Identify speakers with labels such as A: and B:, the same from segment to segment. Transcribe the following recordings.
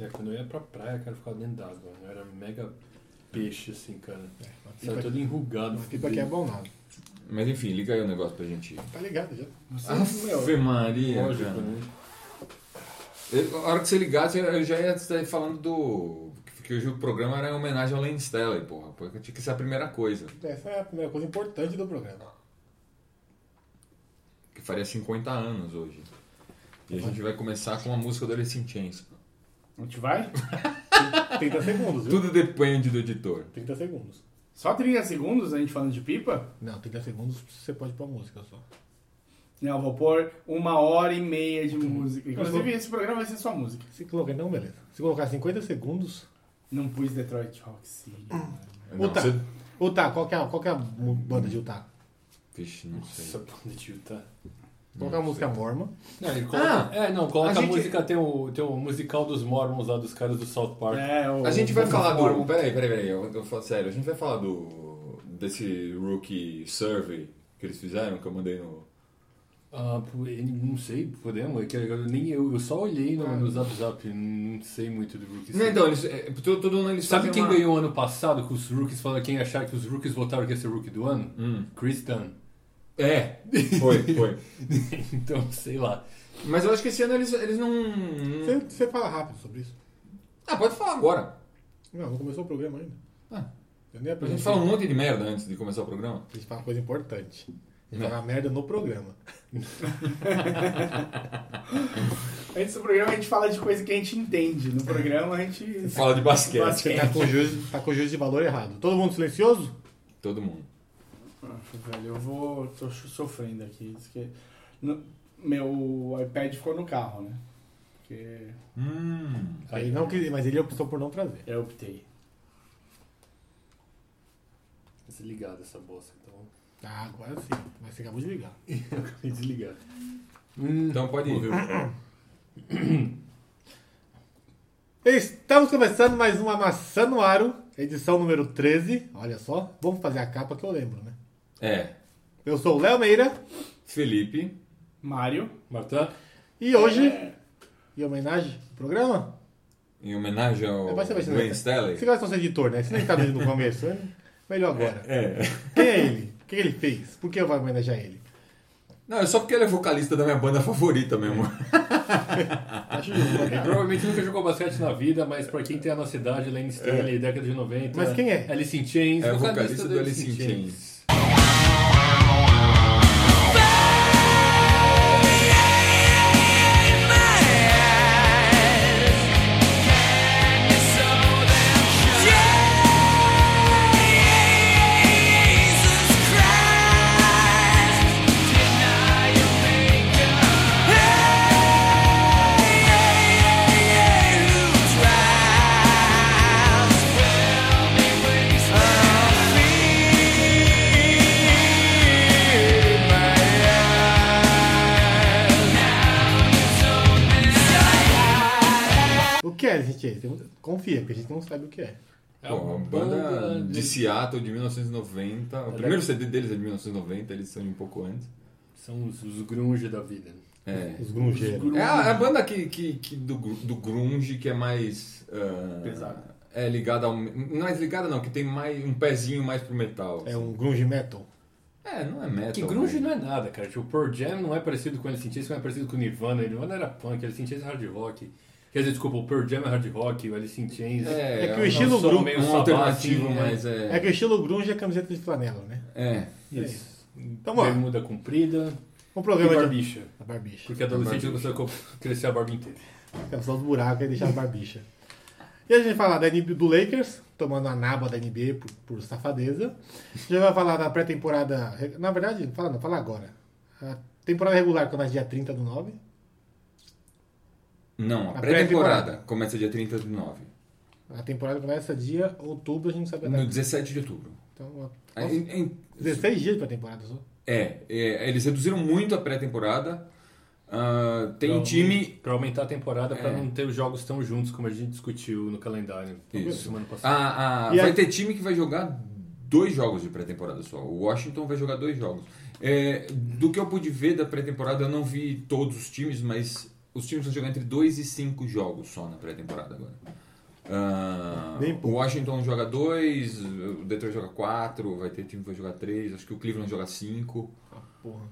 A: É, quando eu ia pra praia, cara, eu ficava dentro d'água. Eu era mega peixe, assim, cara.
B: É, uma
A: Saia
B: pipa,
A: todo enrugado.
B: uma pipa que é bom nada.
C: Mas enfim, liga aí o negócio pra gente.
B: Tá ligado já.
A: Nossa,
C: é Ave Maria,
A: lógico,
C: cara.
A: né?
C: Eu- a hora que você ligasse, eu já ia estar falando do. Que hoje o programa era em homenagem ao Lane Stanley, porra. Porque tinha que ser a primeira coisa.
B: Essa é a primeira coisa importante do programa.
C: Que faria 50 anos hoje. E a gente vai começar com a música do Alice in Chains.
B: A gente vai? 30 segundos, viu?
C: Tudo depende do editor.
B: 30 segundos.
D: Só 30 segundos a gente falando de pipa?
B: Não, 30 segundos você pode pôr música só.
D: Não, vou pôr uma hora e meia de música. Inclusive, esse programa vai ser só música.
B: Se colocar, não, beleza. Se colocar 50 segundos.
D: Não pus Detroit Rock City. né? mano.
C: Não,
B: Utah.
C: você...
B: Utah, qual que é, a- qual que é a mu- banda de Utah?
C: Vixe, não sei.
A: Essa banda de Utah.
B: Qual que é a música mormon?
A: Não, ele coloca,
C: Ah,
A: é, não, coloca
C: a
A: a,
C: gente-
A: música, tem o, tem o musical dos Mormons lá, dos caras do South Park.
D: É, o-
C: A gente vai
D: o-
C: falar do.
D: o-
C: Peraí, peraí, peraí. Eu, eu falo sério. A gente vai falar do. Desse rookie survey que eles fizeram, que eu mandei no.
A: Ah, pô, eu não sei, podemos, é que eu, nem, eu, eu só olhei no, no Zap Zap, não sei muito do Rookies.
C: Não, então, eles. é, todo, todo ano eles
A: Sabe
C: fazem
A: quem
C: uma-
A: ganhou ano passado, que os rookies falaram, quem achar que os rookies votaram que ia ser rookie do ano?
C: Hum.
A: Chris Dunn.
C: É, foi, foi.
A: então, sei lá.
C: Mas eu acho que esse ano eles, eles não.
B: Você, você fala rápido sobre isso.
C: Ah, pode falar agora.
B: Não, não começou o programa ainda.
C: Ah.
B: Eu nem
C: A gente
B: apresentei.
C: fala um monte de merda antes de começar o programa.
B: A gente fala uma coisa importante. A gente
C: Não.
B: fala merda no programa.
D: Antes do programa a gente fala de coisa que a gente entende. No programa a gente.
C: Fala de basquete.
B: Você tá com, o juízo, tá com o juízo de valor errado. Todo mundo silencioso?
C: Todo mundo.
D: Nossa, Ah, velho, eu vou. tô cho- sofrendo aqui. Diz que- no- Meu iPad ficou no carro, né? Porque
C: Hum.
B: Aí não quis, mas ele optou por não trazer.
D: eu optei.
A: Desligado é essa bosta, então.
B: Ah, agora sim. Mas você acabou de ligar.
A: Desligado.
C: Então pode ir.
B: Estamos começando mais uma Maçã no Aro, edição número 13. Olha só, vamos fazer a capa que eu lembro, né?
C: É.
B: Eu sou o Léo Meira
C: Felipe.
D: Mário. É,
A: Marta,
B: e hoje, em homenagem ao programa,
C: Em homenagem ao
B: É, vai ser- vai ser-
C: Gwen
B: você
C: Stanley?
B: gosta de ser editor, né? Você nem tá vendo no começo, né? Melhor agora.
C: É.
B: Quem é ele? O que ele fez? Por que eu vou homenagear ele?
C: Não, é só porque ele é vocalista da minha banda favorita mesmo.
B: Acho justo, né, cara?
A: provavelmente nunca jogou basquete na vida, mas pra quem tem a nossa idade, Lane Stanley, década de 90.
B: É. Mas quem é?
A: Alice in Chains.
C: É o vocalista do Alice in Chains.
B: O que é, gente? Confia, porque a gente não sabe o que é.
A: É
C: Pô,
A: uma
C: a banda de
A: de...
C: Seattle de 1990. O primeiro CD deles é de 1990, eles são de um pouco antes.
A: São os, os grunge da vida.
C: É.
B: Os grungeiros.
C: É a, é a banda que, que, que do, gru- do grunge que é mais... ah,
D: Pesada.
C: É ligada ao... Não é ligada não, que tem mais um pezinho mais pro metal. assim.
B: É um grunge metal.
C: É, não é metal.
A: Que grunge
C: né?
A: não é nada, cara. Tipo, o Pearl Jam não é parecido com Alice in Chains, não é parecido com Nirvana. Nirvana era punk, Alice in Chains é hard rock. Quer dizer, desculpa, o Pearl Jam é hard rock, o Alice in Chains...
C: É,
B: É que
C: um-
B: o estilo
A: som
B: grunge...
A: meio
C: um
A: sabá,
C: alternativo,
A: assim,
C: mas
B: É.
C: é...
B: que o estilo grunge é camiseta de flanela, né?
C: É.
A: Isso.
B: Então, ó.
A: Bermuda comprida
B: Um
A: e
B: programa de...
A: barbicha.
B: A barbicha.
A: Porque adolescente
C: A
A: não
C: barbicha.
A: consegue crescer a barba inteira.
B: É só os buracos e deixar a barbicha. E a gente vai falar da NBA, do Lakers, tomando a naba da NBA por, por safadeza. Já vai falar da pré-temporada... re- Na verdade, não fala não, fala agora. A temporada regular começa dia 30 do 9.
C: Não, a
B: Na
C: pré-temporada
B: pré-temporada.
C: começa dia 30 de nove.
B: A temporada começa dia outubro, a gente não sabe a
C: No
B: data.
C: 17 de outubro.
B: Então, ó,
C: Aí, em-
B: 16 dias pra temporada só.
C: É, é, eles reduziram muito a pré-temporada. Ah, tem
A: Pra-
C: time.
A: Pra aumentar a temporada, pra
C: É.
A: não ter os jogos tão juntos como a gente discutiu no calendário na
C: Isso.
A: semana passada.
C: Ah, ah,
B: E
C: vai
B: aí-
C: ter time que vai jogar dois jogos de pré-temporada só. O Washington vai jogar dois jogos. É, do que eu pude ver da pré-temporada, eu não vi todos os times, mas os times vão jogar entre 2 e 5 jogos só na pré-temporada agora. Ah,
B: Bem
C: o
B: pouco.
C: Washington joga 2, o Detroit joga 4, vai ter time que vai jogar 3, acho que o Cleveland joga 5.
B: Porra.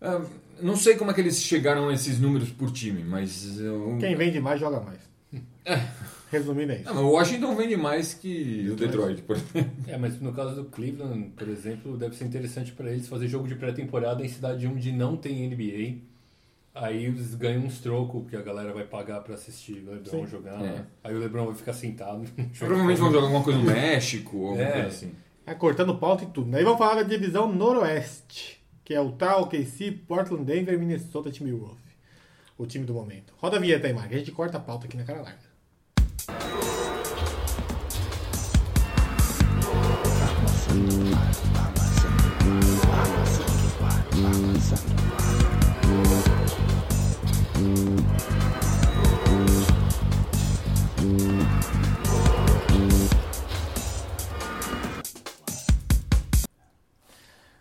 C: Ah, não sei como é que eles chegaram a esses números por time, mas. ah, o-
B: Quem vende mais, joga mais. Resumindo, é isso.
C: Não, mas o Washington vende mais que o Detroit, por exemplo.
A: É, mas no caso do Cleveland, por exemplo, deve ser interessante pra eles fazer jogo de pré-temporada em cidade onde não tem NBA. Aí eles ganham uns trocos, porque a galera vai pagar pra assistir o LeBron
B: Sim.
A: jogar.
C: É.
A: né? Aí o LeBron vai ficar sentado.
C: Provavelmente vão jogar alguma coisa no México ou alguma
A: É.
C: coisa assim.
B: É, cortando pauta e tudo. Aí vamos falar da divisão noroeste, que é o tal KC, Portland, Denver, Minnesota, Timberwolves. O time do momento. Roda a vinheta aí, Mark. A gente corta a pauta aqui na cara larga.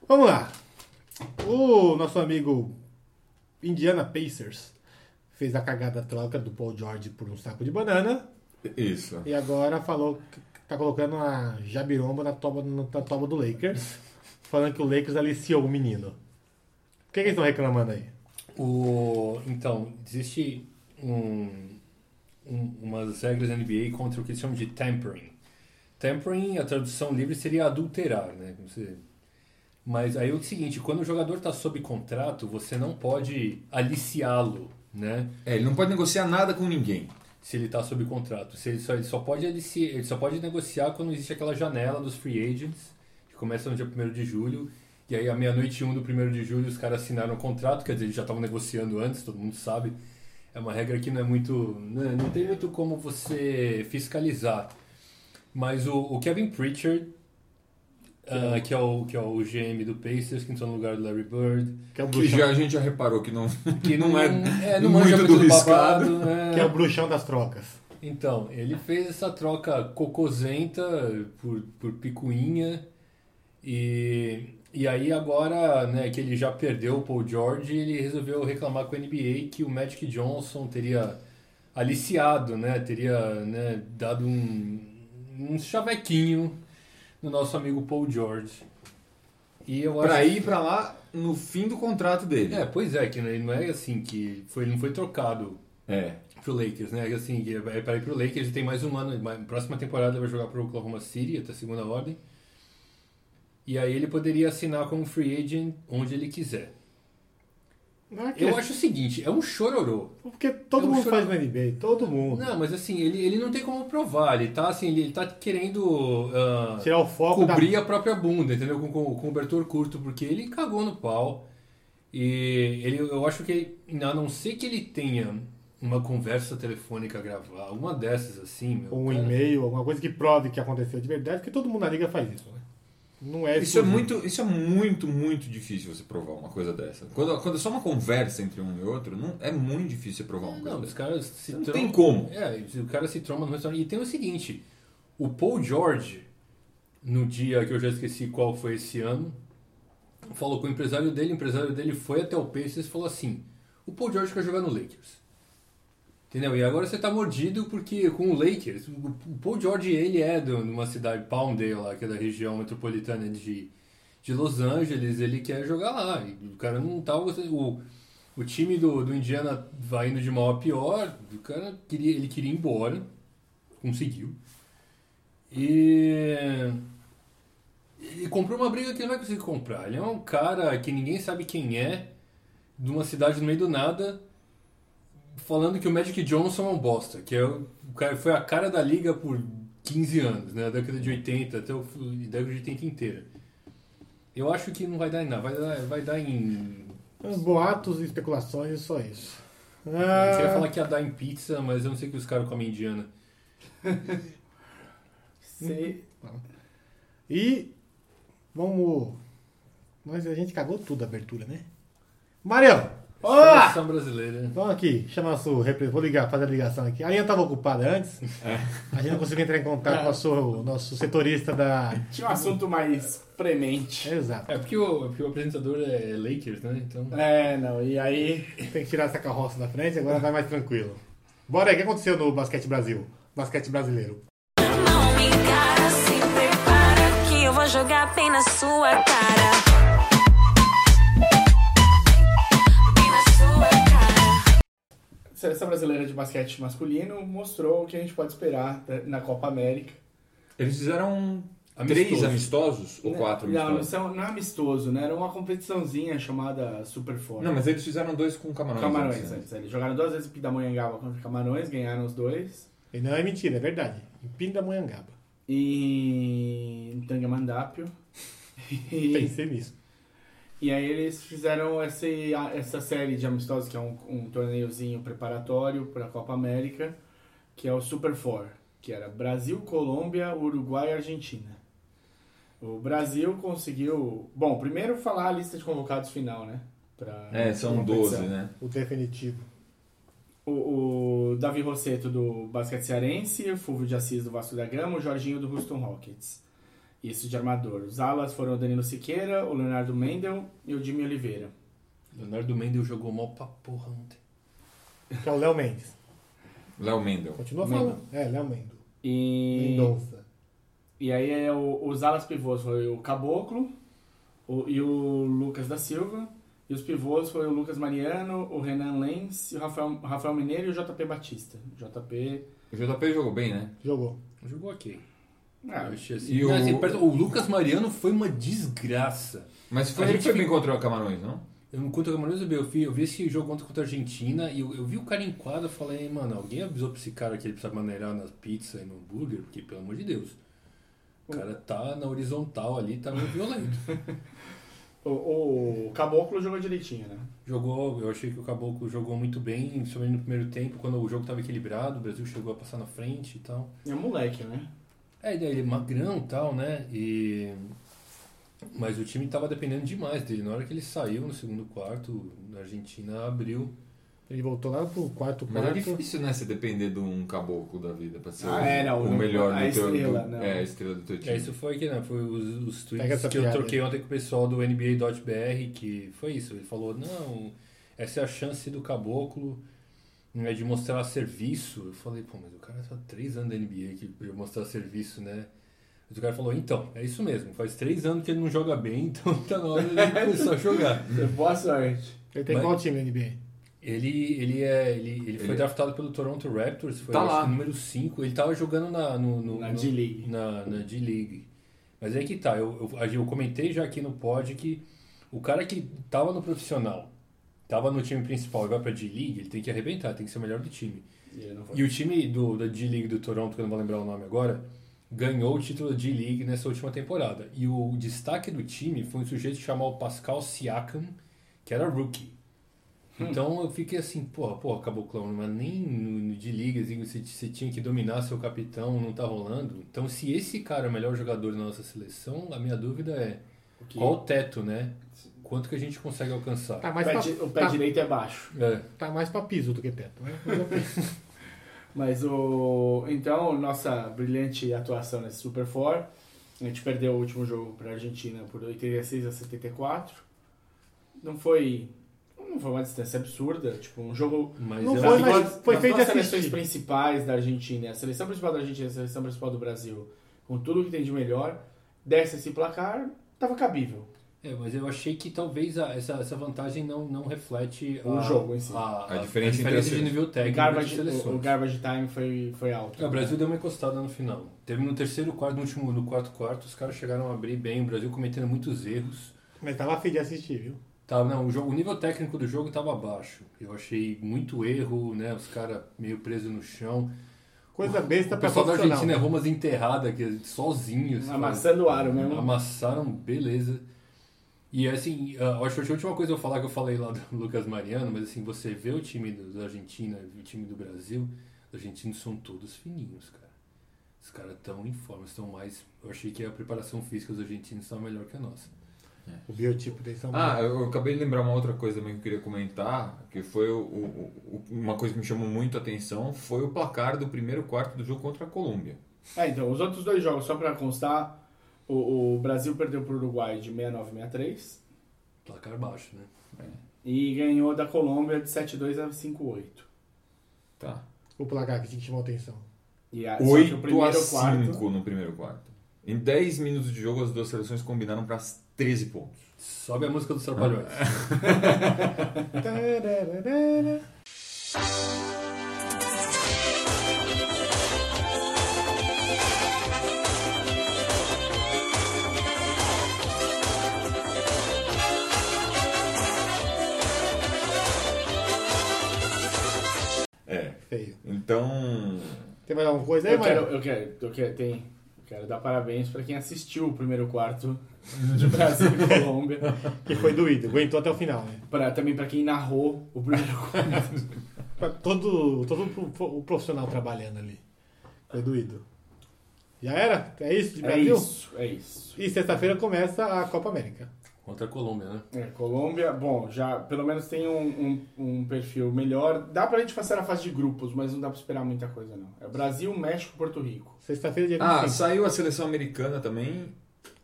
B: Vamos lá. O nosso amigo Indiana Pacers fez a cagada troca do Paul George por um saco de banana
C: Isso.
B: e agora falou que tá colocando a jabiromba na toba, na toba do Lakers, falando que o Lakers aliciou o menino. O que, que eles estão reclamando aí?
A: O, então, existe um, um- umas regras da NBA contra o que eles chamam de tampering. Tampering, a tradução livre seria adulterar, né? Você- mas aí é o seguinte, quando o jogador está sob contrato, você não pode aliciá-lo, né?
C: É, ele não pode negociar nada com ninguém.
A: se ele está sob contrato. Se ele, só, ele, só pode, ele, se, ele só pode negociar quando existe aquela janela dos free agents, que começa no dia 1 de julho, e aí à meia-noite 1 do 1 de julho os caras assinaram o contrato, quer dizer, eles já estavam negociando antes, todo mundo sabe. É uma regra que não é muito. né, Não tem muito como você fiscalizar. Mas o, o Kevin Pritchard, ah, que, é o, que é o GM do Pacers, que entrou no lugar do Larry Bird,
B: Que é o
C: Que
B: bruxão,
C: já, a gente já reparou que não,
A: que
C: não é,
A: não
C: muito
A: manja
C: do
A: muito do
C: riscado.
A: babado, né?
B: que é o bruxão das trocas.
A: Então, ele fez essa troca cocosenta por, por picuinha e, e aí agora né, que ele já perdeu o Paul George, ele resolveu reclamar com a NBA que o Magic Johnson teria aliciado, né, teria né, dado um, um chavequinho no nosso amigo Paul George. E eu acho
C: Pra ir pra lá no fim do contrato dele.
A: É, pois é, que né, não é assim que foi, ele não foi trocado
C: É.
A: pro Lakers, né? Assim, é para ir pro Lakers, ele tem mais um ano, mais- próxima temporada ele vai jogar pro Oklahoma City, até segunda ordem. E aí ele poderia assinar como free agent onde ele quiser.
B: Não é que-
A: Eu acho o seguinte, é um chororô.
B: Porque todo
A: eu
B: mundo
A: acho-
B: faz na NBA, todo mundo.
A: Não, mas assim, ele, ele não tem como provar, ele tá assim, ele, ele tá querendo ah,
B: Tirar o foco da
A: cobrir a própria bunda, entendeu? Com, com, com cobertor curto, porque ele cagou no pau. E ele, eu acho que, a não ser que ele tenha uma conversa telefônica gravada, uma dessas assim, meu.
B: um
A: cara,
B: e-mail, alguma coisa que prove que aconteceu de verdade, porque todo mundo na liga faz isso, né? Não é
C: Isso é
B: exclusivo.
C: muito, isso é muito, muito difícil você provar uma coisa dessa. Quando, quando é só uma conversa entre um e outro, não, é muito difícil você provar uma coisa
A: Não, os
C: dessa.
A: caras se
C: É, Não Então,
A: trom-
C: tem como.
A: É, o cara se tromba no restaurante. E tem o seguinte: o Paul George, no dia que eu já esqueci qual foi esse ano, falou com o empresário dele. O empresário dele foi até o Pacers e falou assim: o Paul George quer jogar no Lakers. Entendeu? E agora você tá mordido porque com o Lakers, o o Paul George, ele é de uma cidade, Palmdale, lá, que é da região metropolitana de, de Los Angeles, ele quer jogar lá. E o cara não tá gostando. O, o time do, do Indiana vai indo de mal a pior. O cara queria, ele queria ir embora. Conseguiu. E. E comprou uma briga que ele não vai conseguir comprar. Ele é um cara que ninguém sabe quem é, de uma cidade no meio do nada, falando que o Magic Johnson é um bosta, que é o, o cara foi a cara da liga por 15 anos, né? Década de 80 até o fu- década de 80 inteira. Eu acho que não vai dar em nada, vai dar, vai dar em
B: É Boatos e especulações, só isso.
A: Eu queria
B: Ah,
A: falar que ia dar em pizza, mas eu não sei o que os caras comem indiana.
D: Sei.
B: E vamos. Mas a gente cagou tudo a abertura, né? Marião,
D: Ó!
A: Seleção brasileira.
B: Então aqui, chama a sua representante. Vou ligar, fazer a ligação aqui. A linha estava ocupada antes. A gente não conseguiu entrar em contato com a sua- o nosso setorista da.
D: Tinha um assunto mais premente.
B: Exato.
A: É porque o, é porque o apresentador é Lakers, né? Então.
D: É, não, e aí.
B: Tem que tirar essa carroça da frente, agora vai mais tranquilo. Bora aí, o que aconteceu no Basquete Brasil? Basquete brasileiro.
E: Não me encara, se prepara que eu vou jogar bem na sua cara. Bem na sua cara.
D: A seleção brasileira de basquete masculino mostrou o que a gente pode esperar da- na Copa América.
C: Eles fizeram um
A: Amistoso.
C: três amistosos ou quatro
D: Não, não,
C: amistosos?
D: são, não é amistoso, né? Era uma competiçãozinha chamada Super Four.
C: Não, mas eles fizeram dois com camarões.
D: Camarões,
C: né?
D: antes. Eles jogaram duas vezes em Pindamonhangaba contra Camarões, ganharam os dois.
B: E não é mentira, é verdade. Em Pindamonhangaba.
D: E em Tangamandápio. E,
B: Pensei nisso.
D: e aí eles fizeram esse, a- essa série de amistosos, que é um, um torneiozinho preparatório para a Copa América, que é o Super Four, que era Brasil, Colômbia, Uruguai e Argentina. O Brasil conseguiu... Bom, primeiro falar a lista de convocados final, né? Pra-
C: É, são
D: pra
C: 12,
D: competição.
C: né?
B: O definitivo.
D: O, o Davi Rosseto do Basquete Cearense, o Fulvio de Assis do Vasco da Gama, o Jorginho do Houston Rockets. Isso de armador. Os alas foram o Danilo Siqueira, o Leonardo Mendel e o Jimmy Oliveira.
A: Leonardo Mendel jogou mal pra porra ontem.
B: Que é o Léo Mendes.
C: Léo Mendel.
B: Continua
D: Mendo.
B: falando. É, Léo Mendo.
D: E,
B: Mendonça.
D: e aí é o- os alas pivôs foi o Caboclo o- e o Lucas da Silva. E os pivôs foi o Lucas Mariano, o Renan Lenz, e o Rafael, Rafael Mineiro e o JP Batista. JP.
C: O JP jogou bem, né?
B: Jogou.
A: Jogou ok. Eu
D: Ah,
A: achei assim.
C: E
A: Não,
C: o-
A: assim, perto- o Lucas Mariano foi uma desgraça.
C: Mas foi,
A: A
C: ele
A: gente
C: foi bem
A: fica-
C: contra o Camarões, não?
A: Eu não conto Camarões, eu vi- eu vi, eu vi esse jogo ontem contra a Argentina e eu, eu vi o cara em quadra e falei, mano, alguém avisou pra esse cara que ele precisa maneirar nas pizzas e no hambúrguer, porque pelo amor de Deus. O cara tá na horizontal ali, tá meio violento.
D: o, o Caboclo jogou direitinho, né?
A: Jogou, eu achei que o Caboclo jogou muito bem, principalmente no primeiro tempo, quando o jogo tava equilibrado, o Brasil chegou a passar na frente e tal.
D: É moleque, né?
A: É, ele ele é magrão e tal, né? E... Mas o time tava dependendo demais dele. Na hora que ele saiu no segundo quarto, a Argentina abriu.
B: Ele voltou lá pro quarto
C: Mas é
B: quarto.
C: difícil, né? Você depender de um caboclo da vida pra ser
D: Ah,
C: o,
D: é, não,
C: o
D: não,
C: melhor
D: a
C: do teu
D: estrela,
C: do,
D: não.
C: É, a estrela do teu
A: É,
C: time.
A: isso foi que, né? Foi os, os
B: Pega
A: tweets
B: essa
A: que eu
B: piada
A: troquei
B: aí.
A: ontem com o pessoal do NBA.br, que foi isso. Ele falou, não, essa é a chance do caboclo né, de mostrar serviço. Eu falei, pô, mas o cara tá há três anos da NBA que podia mostrar serviço, né? Mas o cara falou, então, é isso mesmo. Faz três anos que ele não joga bem, então tá na hora de começar a jogar.
D: Boa sorte.
B: Ele tem
A: Mas-
B: qual time na NBA?
A: Ele, ele, é, ele, ele, foi
C: Ele-
A: draftado pelo Toronto Raptors, foi
C: Tá
A: eu acho,
C: lá.
A: número 5. Ele tava jogando na, no, no-
D: Na
A: no-
D: D-League.
A: Na, na D-League. Mas é que tá, eu, eu, eu comentei já aqui no pod que o cara que tava no profissional, tava no time principal e vai pra D-League, ele tem que arrebentar, tem que ser o melhor do time.
D: E ele não foi.
A: E o time do, da D-League do Toronto, que eu não vou lembrar o nome agora, ganhou o título da D-League nessa última temporada. E o destaque do time foi um sujeito chamado Pascal Siakam, que era rookie. Então eu fiquei assim, porra, porra, Caboclão, mas nem no, no D-League assim, você, você tinha que dominar seu capitão, não tá rolando. Então se esse cara é o melhor jogador da nossa seleção, a minha dúvida é
D: O que-
A: qual o teto, né? Quanto que a gente consegue alcançar?
B: Tá
D: o
B: mais,
D: pé,
B: pra,
D: di- o pé
B: tá,
D: direito é baixo.
A: É.
B: tá mais pra piso do que teto. Né? Mas ok.
D: Mas o. Então, nossa brilhante atuação nesse Super Four. A gente perdeu o último jogo para a Argentina por 86 a 74. Não foi. Não foi uma distância absurda. Tipo, um jogo.
A: Mas
B: Não
A: eu-
B: foi,
D: Nas
B: mas
D: duas-
B: foi
D: nas
B: feito
D: duas
B: de
D: seleções
B: assistir.
D: principais da Argentina, a seleção principal da Argentina e a seleção principal do Brasil, com tudo que tem de melhor, desse esse placar, tava cabível.
A: É, mas eu achei que talvez a- essa, essa vantagem não, não reflete
D: O
A: a-
D: jogo em si.
A: A,
C: A diferença entre as
A: É, de
C: seleções.
A: nível
D: O
A: técnico das
D: garbage,
A: seleções.
D: o, o garbage time foi, foi alto.
A: É, o Brasil deu uma encostada no final. Teve no terceiro quarto, no último, no quarto quarto, os caras chegaram a abrir bem, o Brasil cometendo muitos erros.
B: Mas tava feio de assistir, viu?
A: Tá, não, o, jogo, o nível técnico do jogo estava baixo. Eu achei muito erro, né? Os caras meio presos no chão.
B: Coisa besta
A: o
B: pra
A: pessoal da
B: Tá profissional.
A: Argentina errou umas enterradas aqui, sozinhos.
D: Amassando o aro mesmo.
A: Amassaram, beleza. E assim, ah, acho que a última coisa que eu falar que eu falei lá do Lucas Mariano, mas assim, você vê o time do- da Argentina, o time do Brasil, os argentinos são todos fininhos, cara. Os caras estão em forma, estão mais. Eu achei tá que a preparação física dos argentinos estava melhor que a nossa.
B: O biotipo deles são
C: Ah, eu eu acabei de lembrar uma outra coisa também que eu queria comentar, que foi o- o- o- uma coisa que me chamou muito a atenção, foi o placar do primeiro quarto do jogo contra a Colômbia.
D: É, então, os outros dois jogos, só pra constar, o, o Brasil perdeu pro Uruguai de 69-63
A: Placar baixo, né?
D: e ganhou da Colômbia de 7-2 a 5-8.
C: Tá.
B: o placar que tinha que chamar a atenção.
D: E a, só que
C: 8 a 5 no primeiro quarto. Em 10 minutos de jogo, as duas seleções combinaram para 13 pontos.
A: Sobe a música dos Trapalhões.
B: Tararara.
C: É.
B: Feio.
C: Então.
B: Tem mais alguma coisa aí,
D: Eu quero,
B: mano?
D: eu quero, eu quero, tem, eu quero dar parabéns pra quem assistiu o primeiro quarto de Brasil e Colômbia.
B: Que foi doído, aguentou até o final, né?
D: Pra, também pra quem narrou o primeiro quarto.
B: Pra todo, todo pro- pro- o profissional trabalhando ali. Foi doído. Já era? É isso de
D: É
B: Brasil?
D: isso, é isso.
B: E sexta-feira começa a Copa América.
A: Contra a Colômbia, né?
D: É, Colômbia, bom, já pelo menos tem um, um, um perfil melhor. Dá pra gente passar a fase de grupos, mas não dá pra esperar muita coisa, não. É Brasil, México, Porto Rico.
B: Sexta-feira, dia 25.
C: Ah, saiu a seleção americana também.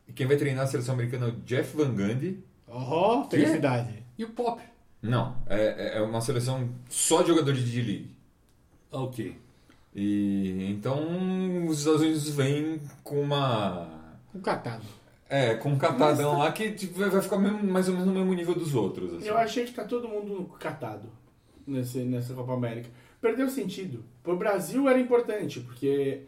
C: E quem vai treinar a seleção americana é o Jeff Van Gundy.
B: Ó, felicidade.
A: E o Pop?
C: Não, é, é- é uma seleção só de jogador de D-League.
A: Ah, ok.
C: E então os Estados Unidos vêm com uma.
B: Um catado.
C: É, com um catadão lá que tipo, vai vai ficar mesmo- mais ou menos no mesmo nível dos outros. assim.
D: Eu achei que tá todo mundo catado nesse, nessa Copa América. Perdeu sentido. Pro Brasil era importante, porque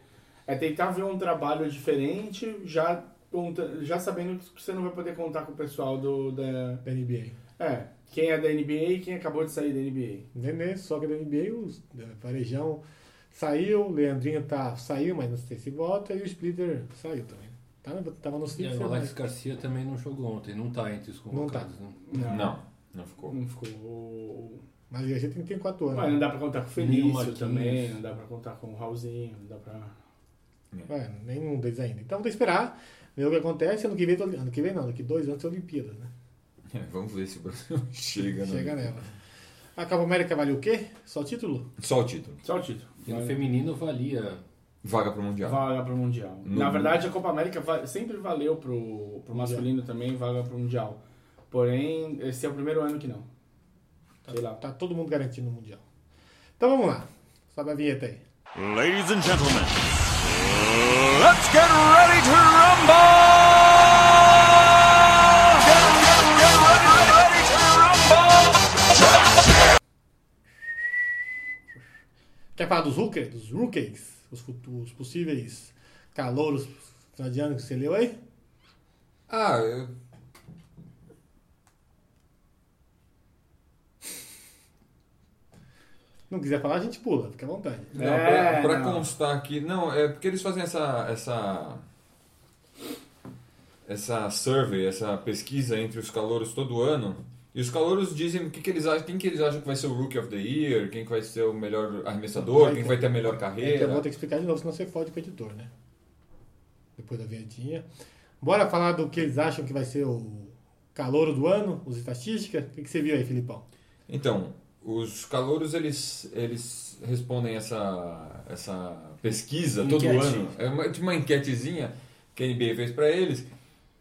D: é tentar ver um trabalho diferente, já, conta- já sabendo que você não vai poder contar com o pessoal do, da.
B: Da NBA.
D: É, quem é da NBA e quem acabou de sair da NBA.
B: Nenê, sogra da NBA, o eh, Varejão saiu, o Leandrinho tá, saiu, mas não sei se volta, e o Splitter saiu também. Tava, tava no
A: E
B: Sixers,
A: o Alex
B: mas
A: Garcia também não jogou ontem, não tá entre os convocados, né?
C: Não, não ficou.
D: Não ficou. o-
B: mas o Garcia tem 34
D: Mas
B: anos.
D: não dá pra contar com o
A: Nem o
D: Felício
A: Marquinhos.
D: também, não dá pra contar com o Raulzinho, não dá pra.
B: É, nenhum deles ainda. Então vou esperar, ver o que acontece. Ano que vem, ano que vem não, daqui dois anos tem Olimpíadas, né?
C: É, vamos ver se o Brasil chega, né?
B: Chega nela. A Copa América vale o quê? Só título?
C: Só o título.
D: Só o título.
A: E no feminino valia.
C: Vaga pro Mundial.
D: Vaga pro Mundial.
C: No-
D: Na verdade, a Copa América va- sempre valeu pro, pro masculino também, vaga pro Mundial. Porém, esse é o primeiro ano que não. Sei lá.
B: Tá todo mundo garantindo o Mundial. Então vamos lá. Sobe a vinheta aí.
F: Ladies and gentlemen, let's get ready to rumble! Get, get, get ready, ready to rumble!
B: Quer falar dos rookies? Dos rookies? Os, futu- os possíveis calouros final de ano que você leu aí?
C: Ah, eu...
B: Não quiser falar, a gente pula, fica à vontade.
C: não,
D: É,
C: pra, pra
D: não.
C: constar aqui. Não, é porque eles fazem essa. essa. Essa survey, essa pesquisa entre os calouros todo ano. E os calouros dizem o que, que eles acham, quem que eles acham que vai ser o Rookie of the Year, quem que vai ser o melhor arremessador, quem que vai ter a melhor
B: Então eu vou
C: carreira.
B: ter que explicar de novo, senão você fode pro editor, né? Depois da vinhetinha. Bora falar do que eles acham que vai ser o calouro do ano, os estatísticas? O que que você viu aí, Filipão?
C: Então, os calouros eles, eles respondem essa, essa pesquisa todo
D: Enquete.
C: ano. É uma, tipo uma enquetezinha que a NBA fez para eles.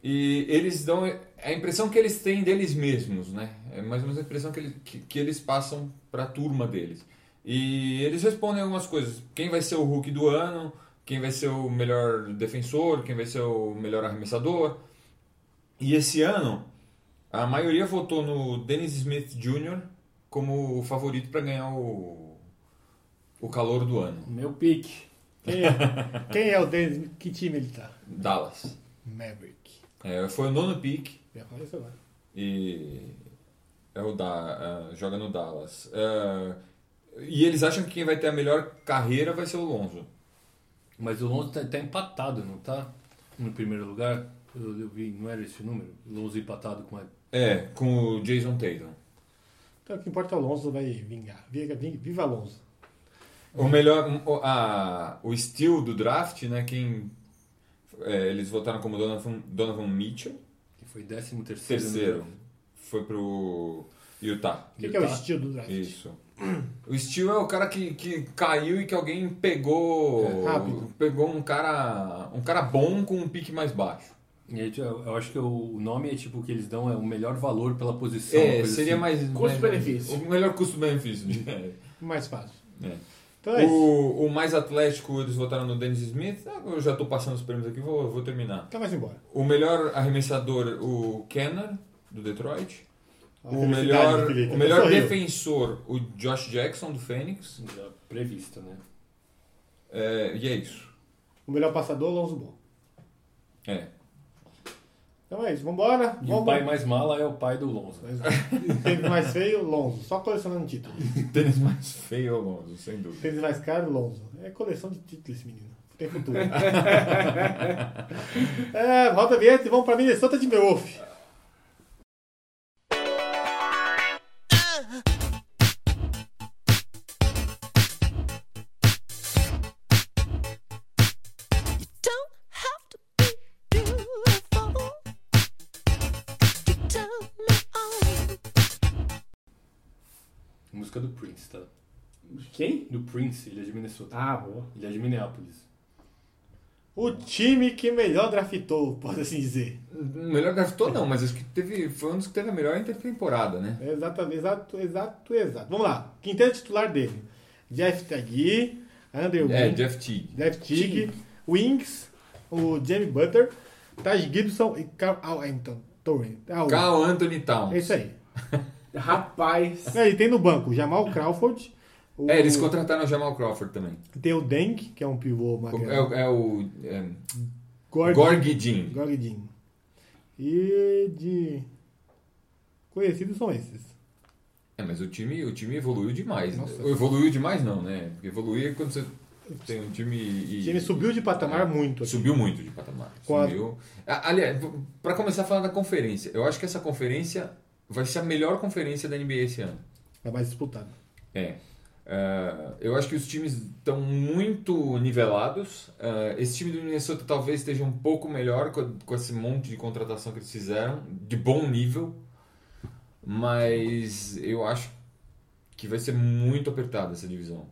C: E eles dão a impressão que eles têm deles mesmos, né? É mais ou menos a impressão que eles, que, que eles passam para a turma deles. E eles respondem algumas coisas. Quem vai ser o Hulk do ano? Quem vai ser o melhor defensor? Quem vai ser o melhor arremessador? E esse ano, a maioria votou no Dennis Smith Jr. como o favorito para ganhar o, o calor do ano.
A: Meu pique.
B: Quem é, quem é o Dennis? Que time ele tá?
C: Dallas.
B: Maverick.
C: É, foi o nono pick
B: Eu ia falar isso agora.
C: e é o da, é, joga no Dallas. É, e eles acham que quem vai ter a melhor carreira vai ser o Lonzo.
A: Mas o Lonzo tá, tá empatado, não tá? No primeiro lugar. Eu, eu vi, não era esse o número? Lonzo empatado com a.
C: É, com o Jason Tatum.
B: Então o que importa é o Alonso vai vingar. Viva, viva Alonso.
C: O melhor, o- a, o estilo do draft, né? Quem é, eles votaram como Donovan, Donovan Mitchell.
A: Que Foi 13 terceiro. né?
C: Terceiro. Foi pro Utah.
B: O que, que é o estilo do draft?
C: Isso. O Steel é o cara que, que caiu e que alguém pegou.
B: É, rápido.
C: Pegou um cara. um cara bom com um pique mais baixo.
A: E aí, tipo, eu eu acho que o nome é tipo que eles dão é o melhor valor pela posição. uma
C: É,
A: coisa
C: seria
A: assim.
C: mais.
D: Custo-benefício.
C: mais- O melhor custo-benefício. né?
B: Mais fácil.
C: É.
B: Então é isso.
C: O, o mais atlético eles votaram no Dennis Smith. Ah, Eu já tô passando os prêmios aqui, vou, vou terminar.
B: Então vai embora.
C: O melhor arremessador, o Kenner, do Detroit.
B: A
C: O
B: felicidade do
C: melhor,
B: Felipe.
C: o melhor
B: Sorriu.
C: defensor, o Josh Jackson, do Phoenix.
A: Já previsto, né?
C: É, e é isso.
B: O melhor passador, Alonso Bom.
C: É.
B: Então é isso, vambora.
A: E
B: vamos.
A: o pai mais mala é o pai do Lonzo.
B: Tênis mais feio, Lonzo. Só colecionando título.
C: Tênis mais feio, Alonso, sem dúvida.
B: Tênis mais caro, Lonzo. É coleção de títulos, esse menino. Tem futuro. é, volta a vinheta e vamos pra Minnesota de Beowulf.
G: don't have to be beautiful to turn me on.
A: Música do Prince, tá?
D: Quem?
A: Do Prince, ele é de Minnesota.
D: Ah, boa.
A: Ele é de Minneapolis.
B: O time que melhor draftou, pode assim dizer.
C: Melhor draftou não, mas acho que teve, foi um dos que teve a melhor intertemporada, né?
B: É Exato, exato, exato, exato. Vamos lá. Quinteto titular dele. Jeff Tagui, Andrew
C: É,
B: Wiggins,
C: Jeff Teague.
B: Jeff Tig, Wings, o Jamie Butter, Taj Gibson e Carl Anton. Torrey. Ah, o-
C: Carl Anthony Towns.
B: É isso aí.
D: Rapaz. tá,
B: É, e tem no banco Jamal Crawford. O,
C: É, eles contrataram o Jamal Crawford também.
B: Tem o Denk, que é um pivô magrelo.
C: É, o- é o. É,
B: Gord-
C: Gorg Jean.
B: Gorgidin. E de... Conhecidos são esses.
C: É, mas o time, o time evoluiu demais.
B: Nossa.
C: Evoluiu demais não, né? Porque evoluir é quando você tem um time e...
B: O time subiu de patamar muito. aqui.
C: Subiu muito de patamar.
B: Quatro.
C: Subiu. Ah, Aliás, pra começar a falar da conferência, eu acho que essa conferência vai ser a melhor conferência da NBA esse ano.
B: É mais disputado.
C: É. Ah, eu acho que os times estão muito nivelados. Ah, esse time do Minnesota talvez esteja um pouco melhor com, com esse monte de contratação que eles fizeram, de bom nível. Mas eu acho que vai ser muito apertada essa divisão.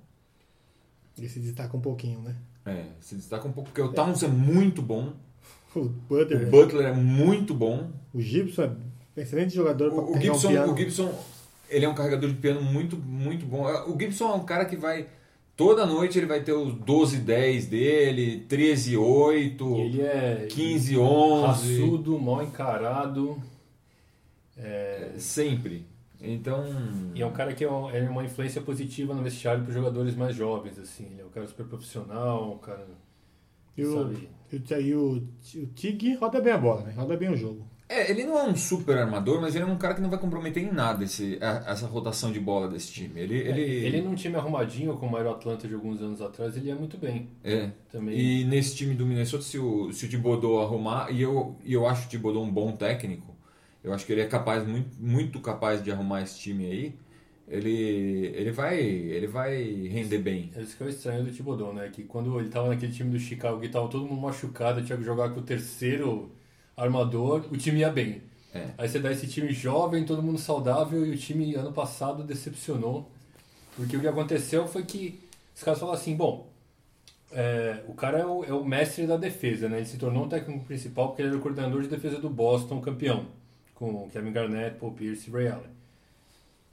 B: Ele se destaca um pouquinho, né?
C: É, se destaca um pouco porque o Towns é muito bom,
B: O
C: o
B: Butter,
C: Butler é muito bom,
B: o Gibson é um excelente jogador pra
C: O, o
B: pegar um
C: Gibson,
B: piano.
C: o Gibson, ele é um carregador de piano muito, muito bom. O Gibson é um cara que vai. Toda noite ele vai ter os 12, 10 dele, 13, 8,
A: E ele é
C: 15, 11.
A: raçudo, mal encarado. É,
C: Sempre. Então.
A: E é um cara que é um- é uma influência positiva no vestiário para os jogadores mais jovens, assim. Ele é um cara super profissional, um cara.
B: E o,
A: sabe?
B: e o- e o, o Tig roda bem a bola, né? Roda bem o jogo.
C: É, ele não é um super armador, mas ele é um cara que não vai comprometer em nada esse, a- essa rotação de bola desse time. Ele. ele,
A: Ele num time arrumadinho, como era o Atlanta de alguns anos atrás, ele é muito bem
C: é.
A: também.
C: E nesse time do Minnesota, se o, se o Thibodeau arrumar, e eu, e eu acho o Thibodeau um bom técnico, eu acho que ele é capaz, muito, muito capaz de arrumar esse time aí, ele, ele, vai, ele vai render bem.
A: É isso que é o estranho do Tibodon, né? Que quando ele tava naquele time do Chicago que tava todo mundo machucado, tinha que jogar com o terceiro armador, o time ia bem.
C: É.
A: Aí você dá esse time jovem, todo mundo saudável, e o time ano passado decepcionou. Porque o que aconteceu foi que os caras falaram assim, bom, é, o cara é o, é o mestre da defesa, né? Ele se tornou o técnico principal porque ele era o coordenador de defesa do Boston, campeão. Com Kevin Garnett, Paul Pierce e Ray Allen.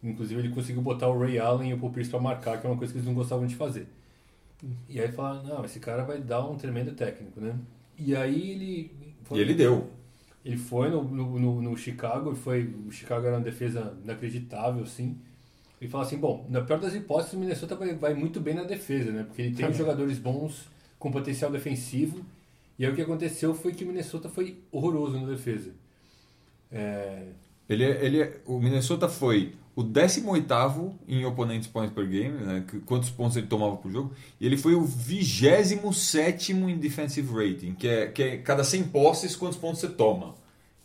A: Inclusive ele conseguiu botar o Ray Allen e o Paul Pierce pra marcar, que é uma coisa que eles não gostavam de fazer. E aí falaram, não, esse cara vai dar um tremendo técnico, né? E aí ele...
C: E ele deu.
A: Ele foi no, no, no, no Chicago, e foi, o Chicago era uma defesa inacreditável, assim. Ele fala assim, bom, na pior das hipóteses, o Minnesota vai, vai muito bem na defesa, né? Porque
D: Tá
A: ele tem jogadores bons, com potencial defensivo. E aí o que aconteceu foi que o Minnesota foi horroroso na defesa. É,
C: Ele, é- ele, é- o Minnesota foi o 18º em oponentes points per game, né, que- quantos pontos ele tomava por jogo, e ele foi o 27º em defensive rating, que é, que é cada 100 posses quantos pontos você toma.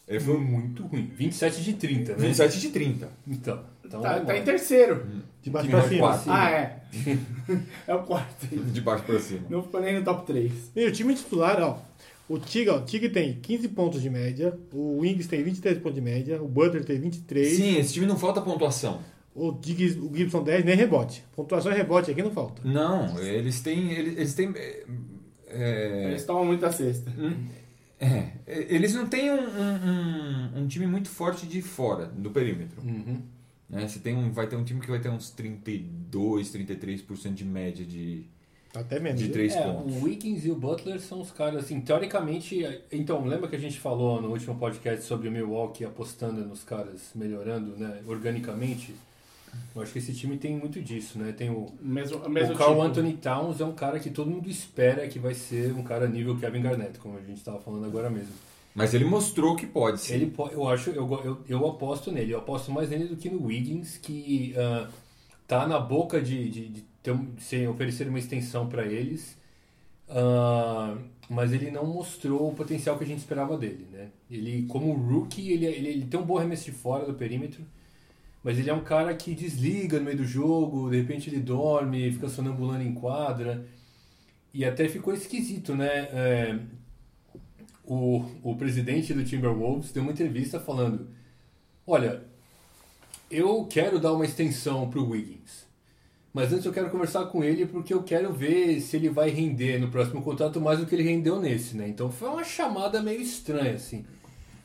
C: Ele foi um
A: foi muito ruim. 27 de 30, né?
C: 27 de 30.
A: Então, então
D: Tá, tá
A: vamos
D: em
A: lá.
D: terceiro.
B: De baixo
A: Que
B: pra
A: mais
B: cima.
A: quatro. Sim.
D: Ah, é. é o quarto.
C: De baixo pra cima.
D: Não ficou nem no top 3.
B: E o time titular, ó. O Tig, ó, o Tig tem 15 pontos de média, o Wings tem 23 pontos de média, o Butler tem 23,
C: Sim, esse time não falta pontuação.
B: o, Diggs- o Gibson 10, nem rebote. Pontuação e rebote aqui não falta.
C: Não, eles têm. Eles, eles têm. é, é,
D: Eles tomam muita cesta.
C: é, eles não têm um, um- um- um time muito forte de fora, do perímetro.
A: Uhum.
C: né? Você tem um, vai ter um time que vai ter uns 32, 33% de média de,
B: Tá Até menos.
C: de
B: viu?
C: 3
A: É,
C: pontos.
A: o Wiggins e o Butler são os caras, assim, teoricamente. Então, lembra que a gente falou no último podcast sobre o Milwaukee apostando nos caras melhorando, né, organicamente? Eu acho que esse time tem muito disso, né? Tem o,
D: Mesmo, mesmo
A: o Carl
D: tipo.
A: Anthony Towns é um cara que todo mundo espera que vai ser um cara nível Kevin Garnett, como a gente estava falando agora mesmo.
C: Mas ele mostrou que pode ser.
A: Ele, po- eu acho, eu, go- eu, eu aposto nele. Eu aposto mais nele do que no Wiggins, que ah, tá na boca de, de, de ter um- ser- oferecer uma extensão para eles. Ah, mas ele não mostrou o potencial que a gente esperava dele, né? Ele, como rookie, ele, ele, ele tem um bom arremesso de fora do perímetro, mas ele é um cara que desliga no meio do jogo, de repente ele dorme, fica sonambulando em quadra. E até ficou esquisito, né? É, o, o presidente do Timberwolves deu uma entrevista falando: Olha, eu quero dar uma extensão para o Wiggins, mas antes eu quero conversar com ele porque eu quero ver se ele vai render no próximo contrato mais do que ele rendeu nesse, né? Então foi uma chamada meio estranha, assim.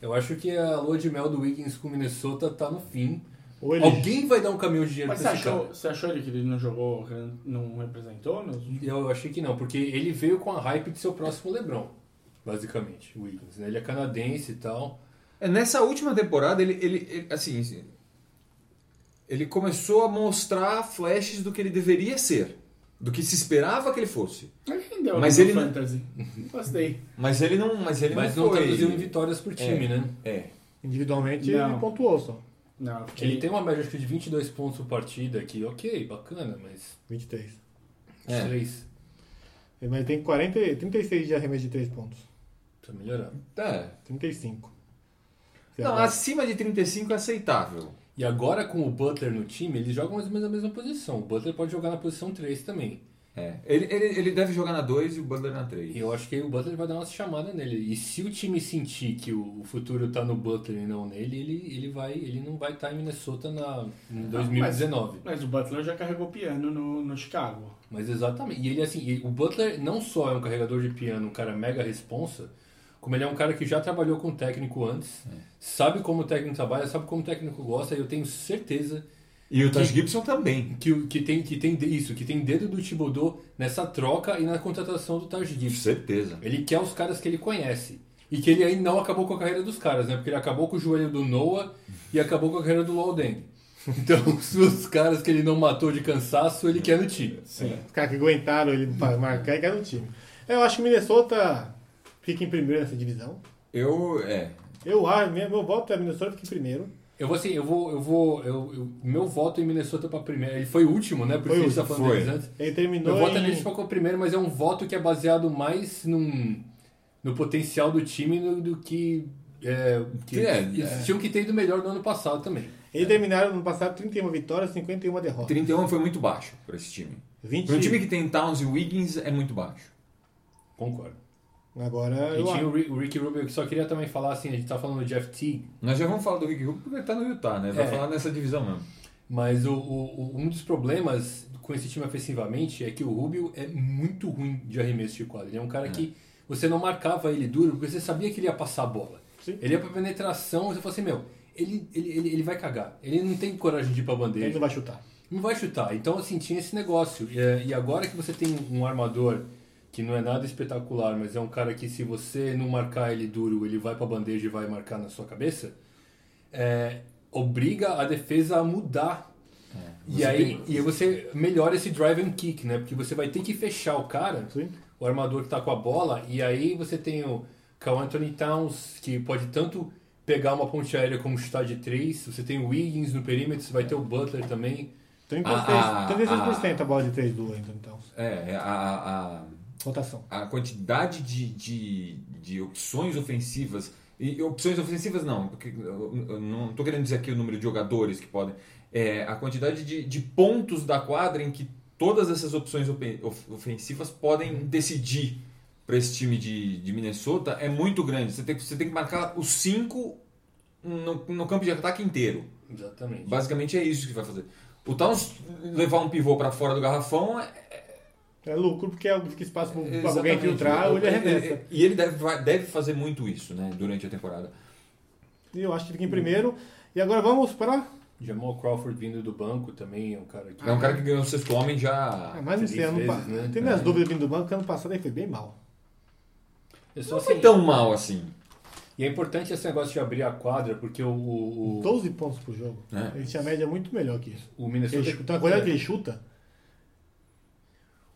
A: Eu acho que a lua de mel do Wiggins com Minnesota tá no fim.
B: Ou ele-
A: Alguém vai dar um caminhão de dinheiro
D: Mas
A: pra
D: você
A: esse cara.
D: achou, você achou ele que ele não jogou, que ele não representou? Nos...
A: Eu achei que não, porque ele veio com a hype de seu próximo LeBron, basicamente, o Wiggins. Né? Ele é canadense e tal.
C: É, Nessa última temporada, ele, ele, ele- assim, ele começou a mostrar flashes do que ele deveria ser, do que se esperava que ele fosse.
D: Mas quem deu
C: Mas
D: no
C: ele não-
D: Fantasy? Não gostei.
C: Mas ele não, mas ele
A: Mas
C: não,
A: não
C: foi.
A: traduziu em vitórias por time, né?
C: É.
B: Individualmente ele
D: Não.
B: pontuou só.
D: Não,
A: Ele tem uma média acho que de 22 pontos por partida aqui, ok, bacana, mas
B: 23.
C: É.
A: 3
B: Mas ele tem 40, e- 36 de arremesso de 3 pontos.
A: precisa melhorar.
C: Tá.
B: 35. Sei
C: Não, assim-
B: lá.
C: acima de 35 é aceitável.
A: E agora com o Butler no time, eles jogam mais ou menos a mesma posição. O Butler pode jogar na posição 3 também.
C: É. Ele, ele, ele deve jogar na 2 e o Butler na 3.
A: E eu acho que o Butler vai dar uma chamada nele. E se o time sentir que o o futuro tá no Butler e não nele, ele, ele, vai, ele não vai estar em Minnesota na, em 2019.
D: Mas o Butler já carregou piano no, no Chicago.
A: Mas exatamente. E ele assim, e o Butler não só é um carregador de piano, um cara mega responsa, como ele é um cara que já trabalhou com o técnico antes, sabe como o técnico trabalha, sabe como o técnico gosta, e eu tenho certeza
C: E o Taj Gibson também.
A: que, o- que tem que tem de- isso, que tem dedo do Thibodeau nessa troca e na contratação do Taj
C: Com
A: Gibson.
C: certeza.
A: Ele quer os caras que ele conhece. E que ele ainda não acabou com a carreira dos caras, né? Porque ele acabou com o joelho do Noah e acabou com a carreira do Walden. Então, se os caras que ele não matou de cansaço, ele quer no time.
D: Sim.
B: Os caras que aguentaram ele pra marcar e ganhar no time. É, Eu acho que o Minnesota fica em primeiro nessa divisão.
C: Eu, é.
B: Eu acho, meu, meu voto é Minnesota fica em primeiro.
A: Eu vou assim, eu vou, eu vou, eu, eu- meu voto em Minnesota pra primeiro, ele foi o último, né? Por isso
B: Foi o
A: a gente tá
B: último,
A: falando
C: foi.
A: deles antes.
B: Ele
A: Meu
B: terminou
A: voto é
B: em...
A: neles ficou primeiro, mas é um voto que é baseado mais num, no potencial do time do, do que, é, que
C: É,
A: eles tinham que ter ido melhor no ano passado também.
B: Eles terminaram no passado 31 vitórias, 51 derrotas.
C: 31 foi muito baixo pra esse time.
B: 20...
C: Pra um time que tem Towns e Wiggins é muito baixo.
A: Concordo.
B: Agora
A: E
B: eu
A: tinha
B: acho.
C: um
A: o, Ri- o Ricky Rubio que só queria também falar assim, a gente tá falando do Jeff Teague,
C: Nós já vamos falar do Rick Rubio porque ele tá no Utah, né? Vai
A: É.
C: falar nessa divisão mesmo.
A: mas o, o- o- um dos problemas com esse time ofensivamente é que o Rubio é muito ruim de arremesso de quadra. Ele é um cara que você não marcava ele duro porque você sabia que ele ia passar a bola.
B: Sim.
A: Ele ia pra penetração, você falou assim, meu, ele, ele, ele, ele vai cagar. Ele não tem coragem de ir pra bandeja.
B: Ele não vai chutar.
A: Não vai chutar. Então, assim, tinha esse negócio. E, é, e agora que você tem um armador que não é nada espetacular, mas é um cara que se você não marcar ele duro, ele vai pra bandeja e vai marcar na sua cabeça, é, obriga a defesa a mudar. e
C: É, Você
A: aí
C: tem-
A: e você melhora esse drive and kick, né? Porque você vai ter que fechar o cara,
B: Sim.
A: o armador que tá com a bola, e aí você tem o Cal Anthony Towns, que pode tanto pegar uma ponte aérea como chutar de três, você tem o Wiggins no perímetro, você vai ter o Butler também.
B: 36,
C: Ah, ah,
B: 36% a bola de 3 do Wendel, então.
C: É, a,
B: Rotação.
C: a, a quantidade de, de, de opções ofensivas. E opções ofensivas não, porque eu eu não estou querendo dizer aqui o número de jogadores que podem. É a quantidade de, de pontos da quadra em que todas essas opções open- of- ofensivas podem decidir para esse time de, de Minnesota é muito grande. Você tem, você tem que marcar os cinco no, no campo de ataque inteiro.
A: Exatamente.
C: Basicamente é isso que vai fazer. O Towns levar um pivô para fora do garrafão é,
B: É lucro, porque fica espaço pra
C: Exatamente. É,
B: alguém filtrar é ou ele
C: Ele-
B: arremessa.
C: ele- E ele deve, vai- deve fazer muito isso, né? Durante a temporada.
B: E eu acho que fica em primeiro. E agora vamos para
A: Jamal Crawford vindo do banco também é um cara que.
C: É um cara que ganhou o sexto homem
B: ah,
C: já.
B: mais um
A: três
B: ano.
A: vezes,
B: pa-
A: né?
B: Tem minhas dúvidas vindo do banco, porque ano passado ele foi bem mal.
A: É só
C: Não foi
A: assim.
C: tão mal assim.
A: E é importante esse negócio de abrir a quadra, porque o, o, o-
B: 12 pontos por jogo.
C: É.
B: Ele tinha média muito melhor que isso.
A: o
B: Ele
A: Minnesota.
B: chuta, então, a quantidade que ele chuta,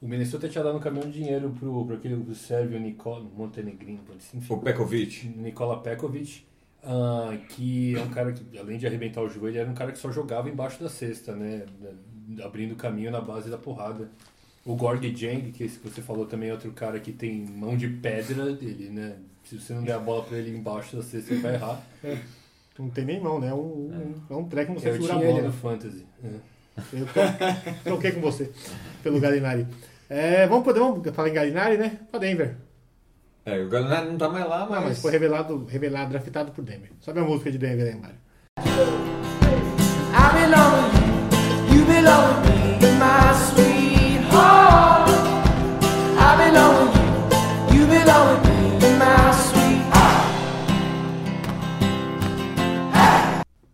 A: O Minnesota tinha dado um caminhão de dinheiro pro, pro aquele do Sérvio Nicola Montenegrino, enfim.
C: O Pekovic.
A: Nicola Pekovic, ah, que é um cara que, além de arrebentar o joelho, era um cara que só jogava embaixo da cesta, né? Abrindo caminho na base da porrada. O Gorg Jang, que esse que você falou também é outro cara que tem mão de pedra dele, né? Se você não der a bola pra ele embaixo da cesta, ele vai errar.
B: não tem nem mão, né? É um, um, é um treco que não
A: Eu
B: consegue
A: tinha
B: segurar a
A: ele
B: bola.
A: no Fantasy. né?
B: Eu tro- troquei com você pelo Galinari. É, vamos poder vamos falar em Galinari, né? Pra Denver.
C: É, o Gallinari não tá mais lá,
B: Ah, mas
C: mas.
B: foi revelado, revelado, draftado por Denver. Sobe a música de Denver aí, Mário.
H: I belong with you, you belong with me, my sweetheart. I belong with you, you belong with me, my sweetheart.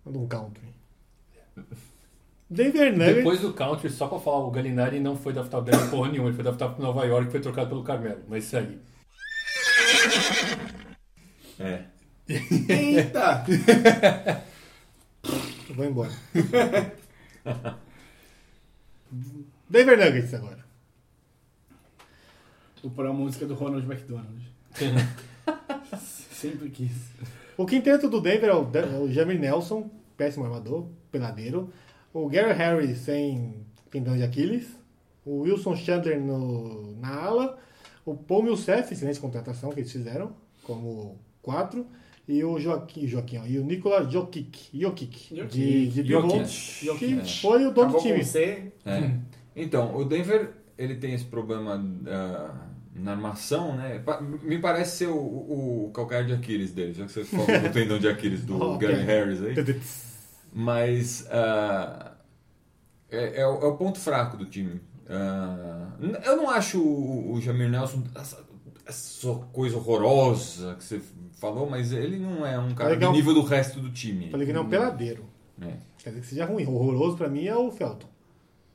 B: Manda um country. Denver Nuggets.
A: Depois do Country, só pra falar, o Galinari não foi draftado pra porra nenhuma, ele foi draftado pra Nova York, foi trocado pelo Carmelo, mas isso aí.
C: É.
D: Eita!
B: Eu vou embora. Denver Nuggets agora.
D: Vou pôr a música do Ronald McDonald. Sempre quis.
B: O quinteto do Denver é o, Da- é o Jamir Nelson, péssimo armador, peladeiro. O Gary Harris sem tendão de Aquiles. O Wilson Chandler no, na ala. O Paul Millsap, excelente contratação que eles fizeram, como quatro. E o Joaquim, Joaquim ó, e o Nikola Jokic, Jokic,
D: Jokic.
B: de, de pivô,
A: Jokic.
B: que
C: É.
B: foi o dono do
D: Acabou
B: time.
D: com você.
C: É.
B: Hum.
C: Então, o Denver, ele tem esse problema ah, na armação, né? Pa- Me parece ser o, o, o calcanhar de Aquiles dele, já que você falou do tendão de Aquiles do
B: Oh,
C: Gary
B: ok.
C: Harris aí. Mas ah, é, é o é o ponto fraco do time. Ah, n- eu não acho o, o Jamir Nelson essa, essa coisa horrorosa que você falou, mas ele não é um cara
B: Legal.
C: do nível do resto do time.
B: Falei que não é um peladeiro.
C: É.
B: Quer dizer que seja ruim. Horroroso pra mim é o Felton.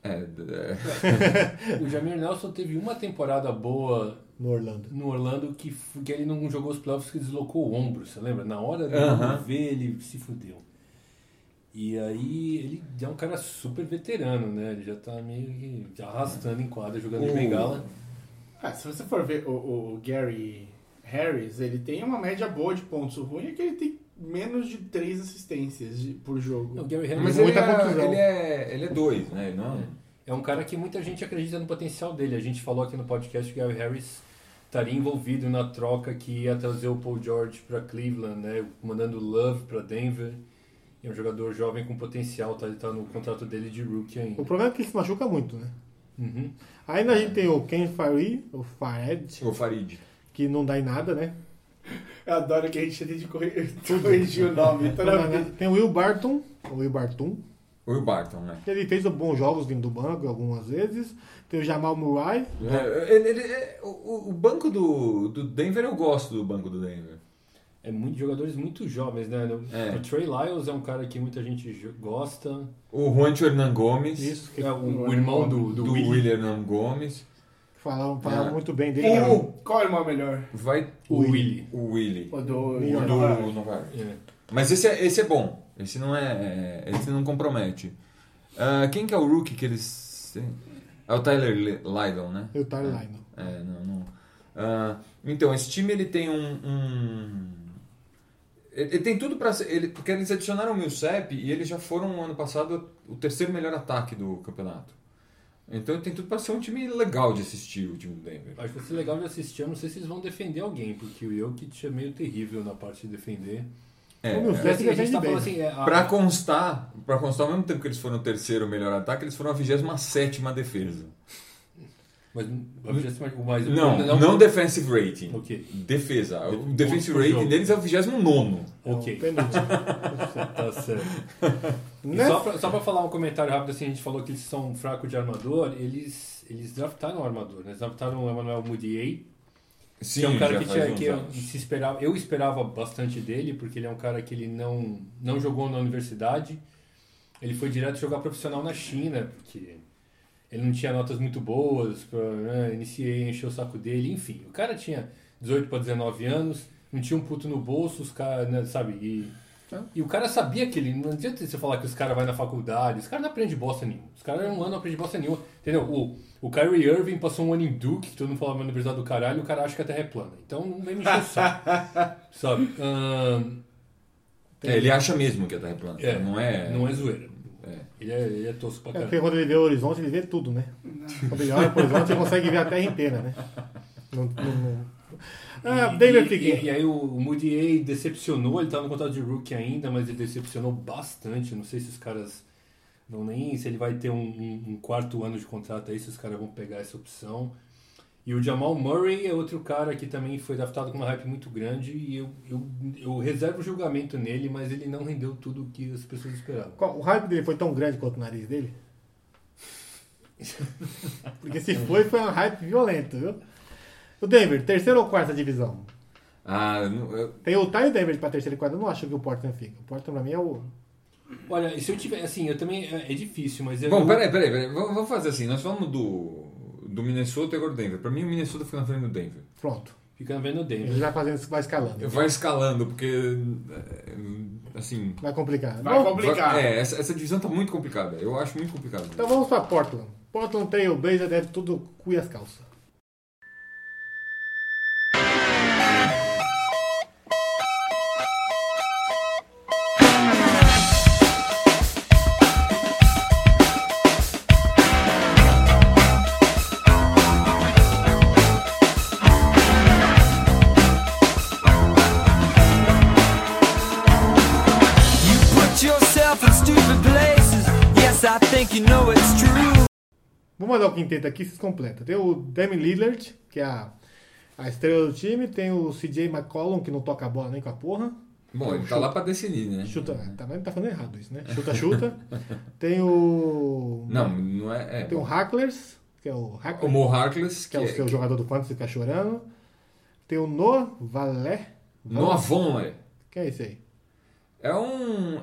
C: É, d- é.
A: O Jamir Nelson teve uma temporada boa
B: no Orlando.
A: no Orlando que, f- que ele não jogou os playoffs que deslocou o ombro, você lembra? Na hora de
C: Aham.
A: ver, ele se fudeu. E aí ele é um cara super veterano, né? Ele já tá meio que arrastando em quadra, jogando de
C: O-
A: bengala.
D: Ah, se você for ver o, o- o Gary Harris, ele tem uma média boa de pontos. O ruim é que ele tem menos de três assistências de- por
A: O
D: jogo.
A: Gary Harris
C: Mas
A: é,
C: ele
B: muita
C: é,
B: confusão.
C: ele, é, ele é dois, né? Ele não é um-
A: um cara que muita gente acredita no potencial dele. A gente falou aqui no podcast que o Gary Harris estaria envolvido na troca que ia trazer o Paul George para Cleveland, né? Mandando o Love para Denver. É um jogador jovem com potencial, tá? Ele tá no contrato dele de rookie ainda.
B: O problema é que ele se machuca muito, né?
A: Uhum.
B: Ainda a gente tem o Ken Faree, o Fared,
C: um o Farid.
B: que não dá em nada, né?
D: Eu adoro que a gente tem de corri- corrigir o nome. então é Toda vez.
B: Tem o Will Barton, o Will Barton.
C: O Will Barton, né?
B: Ele fez bons jogos vindo do banco algumas vezes. Tem o Jamal Murray.
C: É, ele- ele- é- o, o banco do, do Denver, eu gosto do banco do Denver.
A: É muito jogadores muito jovens, né? O-
C: É.
A: O Trey Lyles é um cara que muita gente jo- gosta.
C: O Juancho Hernan Gomes.
B: Isso, que
A: É o, o irmão do, do,
C: do
A: Willie.
C: Willian Hernan Gomes.
B: falaram, falaram
C: É.
B: muito bem dele.
D: Quem- Qual é o melhor?
C: Vai
A: O Willie.
C: o Willie.
D: O do
B: Melhor.
D: do-
C: Do Nova York.
A: É.
C: Mas esse é, esse é bom. Esse não é. é, Esse não compromete. Ah, quem que é o rookie que eles. têm? É o Tyler Le- Lydon, né?
B: E o Tyler Lydon.
C: É, não, não. Ah, então, esse time ele tem um. um- Ele, ele tem tudo pra ser. Ele, porque eles adicionaram o Millsap e eles já foram, ano passado, o terceiro melhor ataque do campeonato. Então ele tem tudo pra ser um time legal de assistir, o time do Denver.
A: Acho que vai ser legal de assistir. Eu não sei se eles vão defender alguém, porque o Jokic é meio terrível na parte de defender.
C: É,
B: o Millsap
A: Mas, assim, a gente
B: defende
A: tá
B: bem.
A: falando assim, é, a-
C: Pra constar, pra constar, ao mesmo tempo que eles foram o terceiro melhor ataque, eles foram a 27 defesa.
A: Mas o objetivo mais- o mais
C: Não, não, defensive rating.
A: Ok.
C: Defesa. O
A: De-
C: defensive
A: o
C: rating
A: jogo.
C: deles é o 29.
A: Ok.
B: É um Penúltimo.
A: Tá certo. E
B: Né?
A: só, pra, só pra falar um comentário rápido, assim, a gente falou que eles são fracos de armador, eles, eles draftaram o armador, né? Eles draftaram o Emmanuel Mudiay,
C: Sim,
A: que é um cara
C: já
A: que,
C: faz
A: tinha,
C: uns
A: que eu,
C: anos.
A: se esperava, eu esperava bastante dele, porque ele é um cara que ele não, não jogou na universidade, ele foi direto jogar profissional na China, porque ele não tinha notas muito boas, pra, né, iniciei, encheu o saco dele, enfim. O cara tinha 18 para 19 anos, não tinha um puto no bolso, os caras, né, sabe? E, e o cara sabia que ele. Não adianta você falar que os caras vão na faculdade, os caras não aprendem bosta nenhuma. Os caras um ano não aprendem bosta nenhuma. Entendeu? O, o Kyrie Irving passou um ano em Duke, que todo mundo falava na universidade do caralho, e o cara acha que a terra é plana. Então não vem me encher o saco. sabe? Ahn,
C: É, ele acha mesmo que a Terra é plana.
A: É,
C: não é.
A: não é zoeira.
C: É.
A: Ele é, ele é tosco pra
B: É
A: caralho.
B: porque quando ele vê o horizonte, ele vê tudo, né? Quando ele olha pro horizonte, ele consegue ver a terra inteira, né? Não, não, não. Ah,
A: E-
B: David
A: e, e, e
B: Figueiredo.
A: aí o Moody decepcionou, ele tá no contrato de rookie ainda, mas ele decepcionou bastante. Não sei se os caras vão nem. Se ele vai ter um, um- um quarto ano de contrato aí, se os caras vão pegar essa opção. E o Jamal Murray é outro cara que também foi draftado com uma hype muito grande e eu, eu, eu reservo julgamento nele, mas ele não rendeu tudo o que as pessoas esperavam.
B: Qual- O hype dele foi tão grande quanto o nariz dele? Porque se foi, foi um hype violento, viu? O Denver, terceira ou quarta divisão?
C: Ah, não, eu-
B: Tem o Utah e o Denver pra terceira e quarta. Eu não acho que o Portland fica. O Portland pra mim é o.
A: Olha, e se eu tiver. Assim, eu também. É, é difícil, mas. eu-
C: Bom, peraí, peraí, peraí. Vamos vamos fazer assim. Nós falamos do, do Minnesota e agora do Denver. Pra mim, o Minnesota fica na frente do Denver.
B: Pronto.
A: Ficando vendo o Denver.
B: Ele vai fazendo, vai escalando.
C: Vai escalando, porque. é, Assim.
B: Vai complicar.
D: Vai
B: Bom,
D: complicar.
C: vai- É, essa, essa divisão tá muito complicada. Eu acho muito complicado.
A: Tá
B: Então vamos pra Portland. Portland Trail Blazer deve tudo cu e as calças.
F: You put yourself in stupid places. Yes, I think you know it's true.
B: Vou mandar o quinteto aqui, vocês completam. Tem o Demi Lillard, que é a, a estrela do time. Tem o CJ McCollum, que não toca a bola nem com a porra.
C: Bom, ele tá lá pra decidir, né?
B: Chuta. Tá, mas tá falando errado isso, né? Chuta, chuta. tem o.
C: Não, não é. é.
B: Tem o Hacklers, que é o
C: o
B: Hackler,
C: Mo Harkless,
B: que é o seu jogador do Fantasy fica chorando. Tem o Noah Valé.
C: Noah Vonleh.
B: Que é esse aí?
C: É um.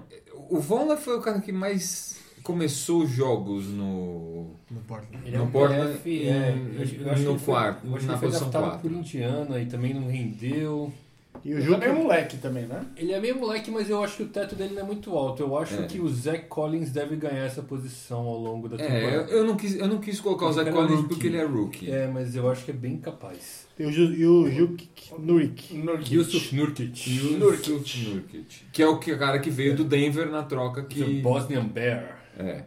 C: O Vonleh foi o cara que mais começou jogos no.
B: No Portland.
A: Ele é
C: No
A: um
C: Portland,
A: PF, é,
C: em-
A: eu acho- eu acho
C: no
A: que ele foi-
C: quarto,
A: eu acho que
C: na
A: ele foi
C: posição
A: draftado
C: quatro.
A: por Indiana e também não rendeu.
B: E o
D: Ele também é
B: Juca.
D: moleque também, né?
A: Ele é meio moleque, mas eu acho que o teto dele não é muito alto. Eu acho
C: É.
A: que o Zach Collins deve ganhar essa posição ao longo da
C: É, eu,
A: temporada.
C: eu não quis, eu não quis colocar o
A: Ele
C: Zach
A: era
C: Collins
A: rookie.
C: porque ele é rookie.
A: É, mas eu acho que é bem capaz.
B: Tem o Ju- E o Jukic Nurik.
D: Nurkic.
A: Yusuf Nurkic. é
C: E o Nurkic. Nurkic. Que é o que- cara que veio do Denver na troca que.
A: The Bosnian Bear.
C: É.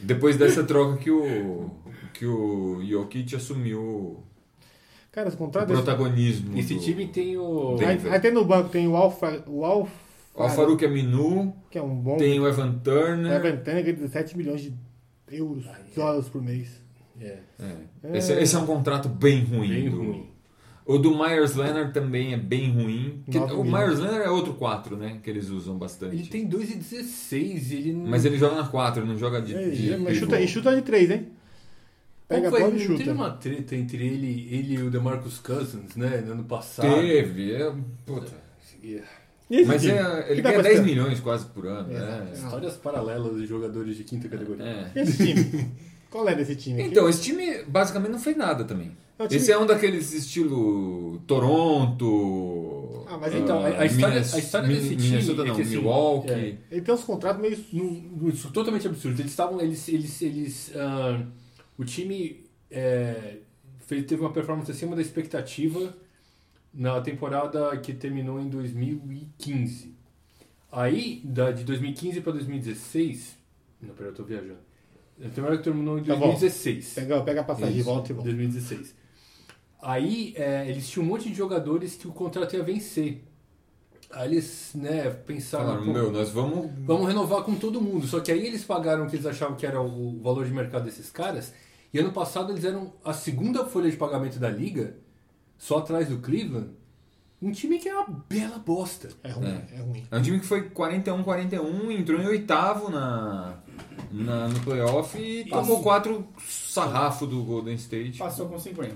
C: Depois dessa troca que o. que o Jokic assumiu
B: Cara, os
C: o
B: contratos.
C: protagonismo.
A: Esse
C: do-
A: time tem o...
C: Tem-
B: Aí, aí tem no banco, tem o Alfa. O Alfa.
C: O Farouk Aminu,
B: Que é um bom.
C: tem o né? Evan Turner.
B: Vai ventando aquele 17 milhões de euros, dólares por mês.
A: É,
C: É. Esse, esse é um contrato bem ruim.
A: bem
C: do-
A: ruim.
C: O do Myers Leonard também é bem ruim. Que-
B: Nove
C: o
B: mil.
C: Myers Leonard é outro 4, né? Que eles usam bastante.
A: Ele tem 2,16 e ele... não-
C: Mas ele joga na 4, não joga de.
B: É,
C: de
B: mas chuta,
C: pivô.
B: e chuta de 3, hein?
A: Qual
B: Pega a
A: foi?
B: bola e
A: Não Teve
B: chuta.
A: uma treta entre ele, ele e o DeMarcus Cousins, né? No ano passado.
C: Teve. É, puta.
A: Yeah.
B: E esse
C: Mas
B: time?
C: é, ele
B: Que dá pra
C: ganha 10
B: ser?
C: milhões quase por ano. né?
A: Histórias paralelas de jogadores de quinta categoria.
C: É.
B: E esse time? Qual é desse time? aqui?
C: Então, esse time basicamente não fez nada também.
B: É o time-
C: Esse é um daqueles estilo Toronto.
B: Ah, mas
C: ah,
A: então, a- a história-
C: Minnes-
A: a história
C: Min-
A: desse time
C: Minnesota
A: é
C: não,
A: que, assim,
C: Milwaukee.
A: é.
B: Ele tem uns contratos meio.
A: Num- isso totalmente absurdo. Eles estavam. Eles. eles, eles ah, o time é, fez, teve uma performance acima da expectativa na temporada que terminou em 2015. Aí, da, de 2015 para 2016. Não, peraí, eu tô viajando. A temporada que terminou em
B: Tá bom.
A: 2016.
B: Pega, pega a passagem de
A: É Isso,
B: volta e volta.
A: 2016. Aí é, eles tinham um monte de jogadores que o contrato ia vencer. Aí eles né, pensaram.
C: Falaram,
A: "Pô,
C: meu, nós vamos.
A: Vamos renovar com todo mundo. Só que aí eles pagaram o que eles achavam que era o valor de mercado desses caras. E ano passado eles eram a segunda folha de pagamento da liga, só atrás do Cleveland. Um time que é uma bela bosta.
B: É ruim, é, ruim.
C: É um time que foi 41-41, entrou em oitavo na, na- no playoff e tomou quatro sarrafo do Golden State.
D: Passou com 50.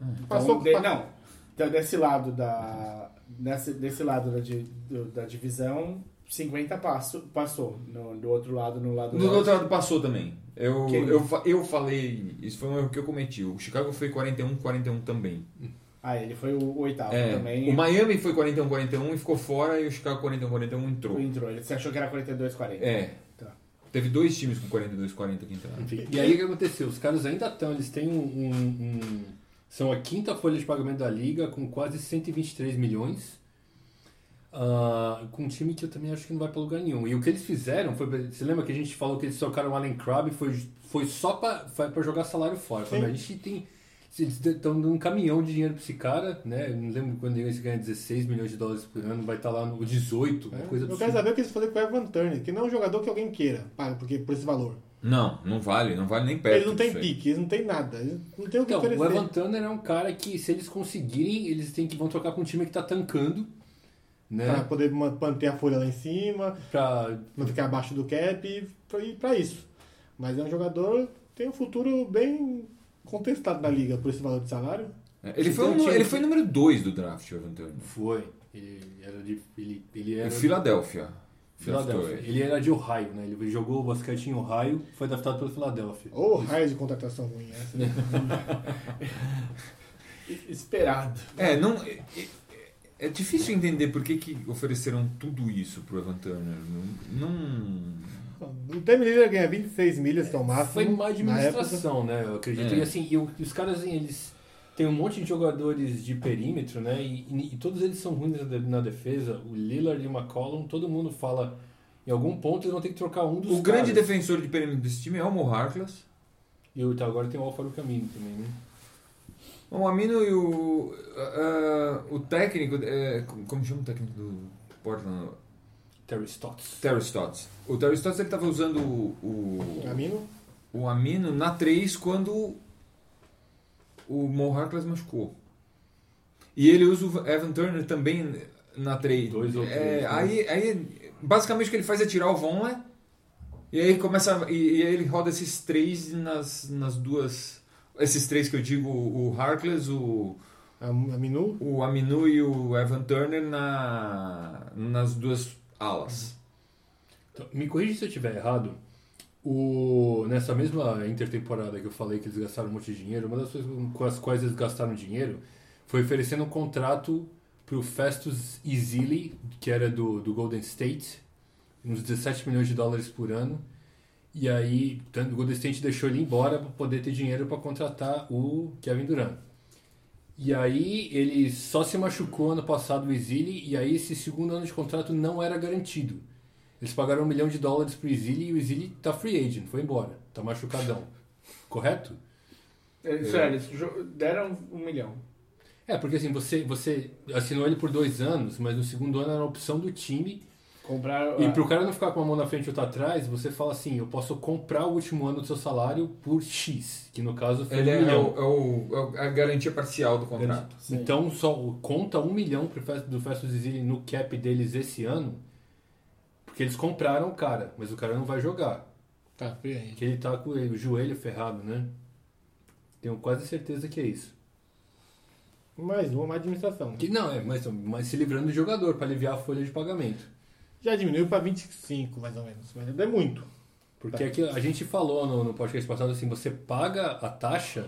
A: Ah,
B: Passou
D: Então,
B: com
D: de-
B: pa-
D: Não. Então, desse lado da. Nesse, desse lado da, di- do- da divisão, 50 passo, passou. No, do outro lado, no
C: Do
D: lado norte.
C: outro lado passou também. Eu,
D: Quem?
C: eu, fa- eu falei, isso foi um erro que eu cometi. O Chicago foi 41-41 também.
D: Ah, ele foi o oitavo
C: É,
D: também.
C: O Miami foi 41-41 e ficou fora e o Chicago 41-41 entrou.
D: Entrou. Ele- Você achou que era 42, 40.
C: É.
D: Tá.
C: Teve dois times com 42-40 que entraram.
A: Enfim, E aí o que aconteceu? Os caras ainda estão, eles têm um, um- um- São a quinta folha de pagamento da liga, com quase 123 milhões. Ah, com um time que eu também acho que não vai pra lugar nenhum. E o que eles fizeram foi. Você lembra que a gente falou que eles trocaram o Allen Crabbe e foi, foi só pra, foi pra jogar salário fora? Falei, a gente tem. Eles estão dando um caminhão de dinheiro pra esse cara, né? Eu não lembro quando ele ganha 16 milhões de dólares por ano, vai estar lá no 18, uma coisa
B: Eu quero
A: absurda.
B: saber o que eles fazem com o Evan Turner, que não é um jogador que alguém queira, paga, porque por esse valor.
C: Não, não vale, não vale nem
A: É,
C: perto.
B: Eles não têm
C: disso aí.
B: pique, eles não têm nada, eles não têm o que
A: Então, o
B: oferecer.
A: Evan Turner é um cara que, se eles conseguirem, eles têm que vão trocar com um time que tá tancando,
B: Pra
A: né?
B: poder ma- manter a folha lá em cima,
A: Pra...
B: não ficar abaixo do cap e pra, e pra isso. Mas é um jogador que tem um futuro bem contestado na liga por esse valor de salário.
C: Ele foi,
A: Então,
C: um-
A: tinha-
C: ele foi número 2 do draft, o Evan Turner.
A: Foi. Ele era de. Ele, ele
D: é
A: era
C: Em Filadélfia.
A: Filadélfia.
C: Draftou ele.
A: Ele era de Ohio, né? Ele jogou basquete em Ohio, foi draftado pelo Filadélfia.
B: Ou raio de contratação ruim essa. né?
D: Esperado.
C: É, não. É, é- é difícil entender por que, que ofereceram tudo isso pro Evan Turner. Não. não-
B: O Damian Lillard ganha 26 milhas, que é o máximo.
A: Foi má
B: na época.
A: administração, né? Eu acredito.
C: É.
A: E assim, e o- e os caras, assim, eles têm um monte de jogadores de perímetro, né? E, e- e todos eles são ruins na, de- na defesa. O Lillard e o McCollum, todo mundo fala. Em algum ponto eles vão ter que trocar um dos
C: O grande
A: caras.
C: defensor de perímetro desse time é o Mo Harkless.
A: E o- tá, agora tem o Alfaro Camino também, né?
C: O Amino e o. ah, o técnico. é, como- como chama o técnico do Portland?
A: Terry Stotts.
C: Terry Stotts. O Terry Stotts ele tava usando o.
A: É,
B: Pra
C: o,
B: mim, não.
C: o Amino na 3 quando o Mo Harkless machucou. E ele usa o Evan Turner também na 3.
A: Dois ou três,
C: É,
A: né?
C: aí, aí, basicamente o que ele faz é tirar o Vonleh e aí começa e, e aí ele roda esses três nas, nas duas esses três que eu digo o Harkless o
B: a, a Minu,
C: o Aminu e o Evan Turner na nas duas alas
A: Então, me corrija se eu estiver errado. O, nessa mesma intertemporada que eu falei que eles gastaram um monte de dinheiro, uma das coisas com as quais eles gastaram dinheiro foi oferecendo um contrato pro Festus Ezeli, que era do, do Golden State, uns 17 milhões de dólares por ano. E aí, tanto o Golden State deixou ele embora para poder ter dinheiro para contratar o Kevin Durant. E aí, ele só se machucou ano passado, o Ezeli, e aí esse segundo ano de contrato não era garantido. Eles pagaram um milhão de dólares pro Ezili e o Ezili tá free agent, foi embora, tá machucadão. Correto?
D: É, Sério, eles jo- deram um milhão.
A: É, porque assim, você, você assinou ele por dois anos, mas no segundo ano era a opção do time.
D: Compraram.
A: E
C: É.
D: ah,
A: pro cara não ficar com a mão na frente e outra atrás, você fala assim, eu posso comprar o último ano do seu salário por X, que no caso foi
C: ele
A: um
C: é,
A: milhão.
C: o, é, o- é a garantia parcial do contrato
A: Então só conta um milhão pro Fest- do Festus Ezili no cap deles esse ano, porque eles compraram o cara, mas o cara não vai jogar.
B: Tá feio aí.
A: Que ele tá com o joelho ferrado, né? Tenho quase certeza que é isso.
B: Mais uma má administração.
A: Que não, é, mas, mas se livrando do jogador para aliviar a folha de pagamento.
B: Já diminuiu pra 25, mais ou menos. Mas ainda é muito. Tá.
A: Porque é que a gente falou no, no podcast passado assim, você paga a taxa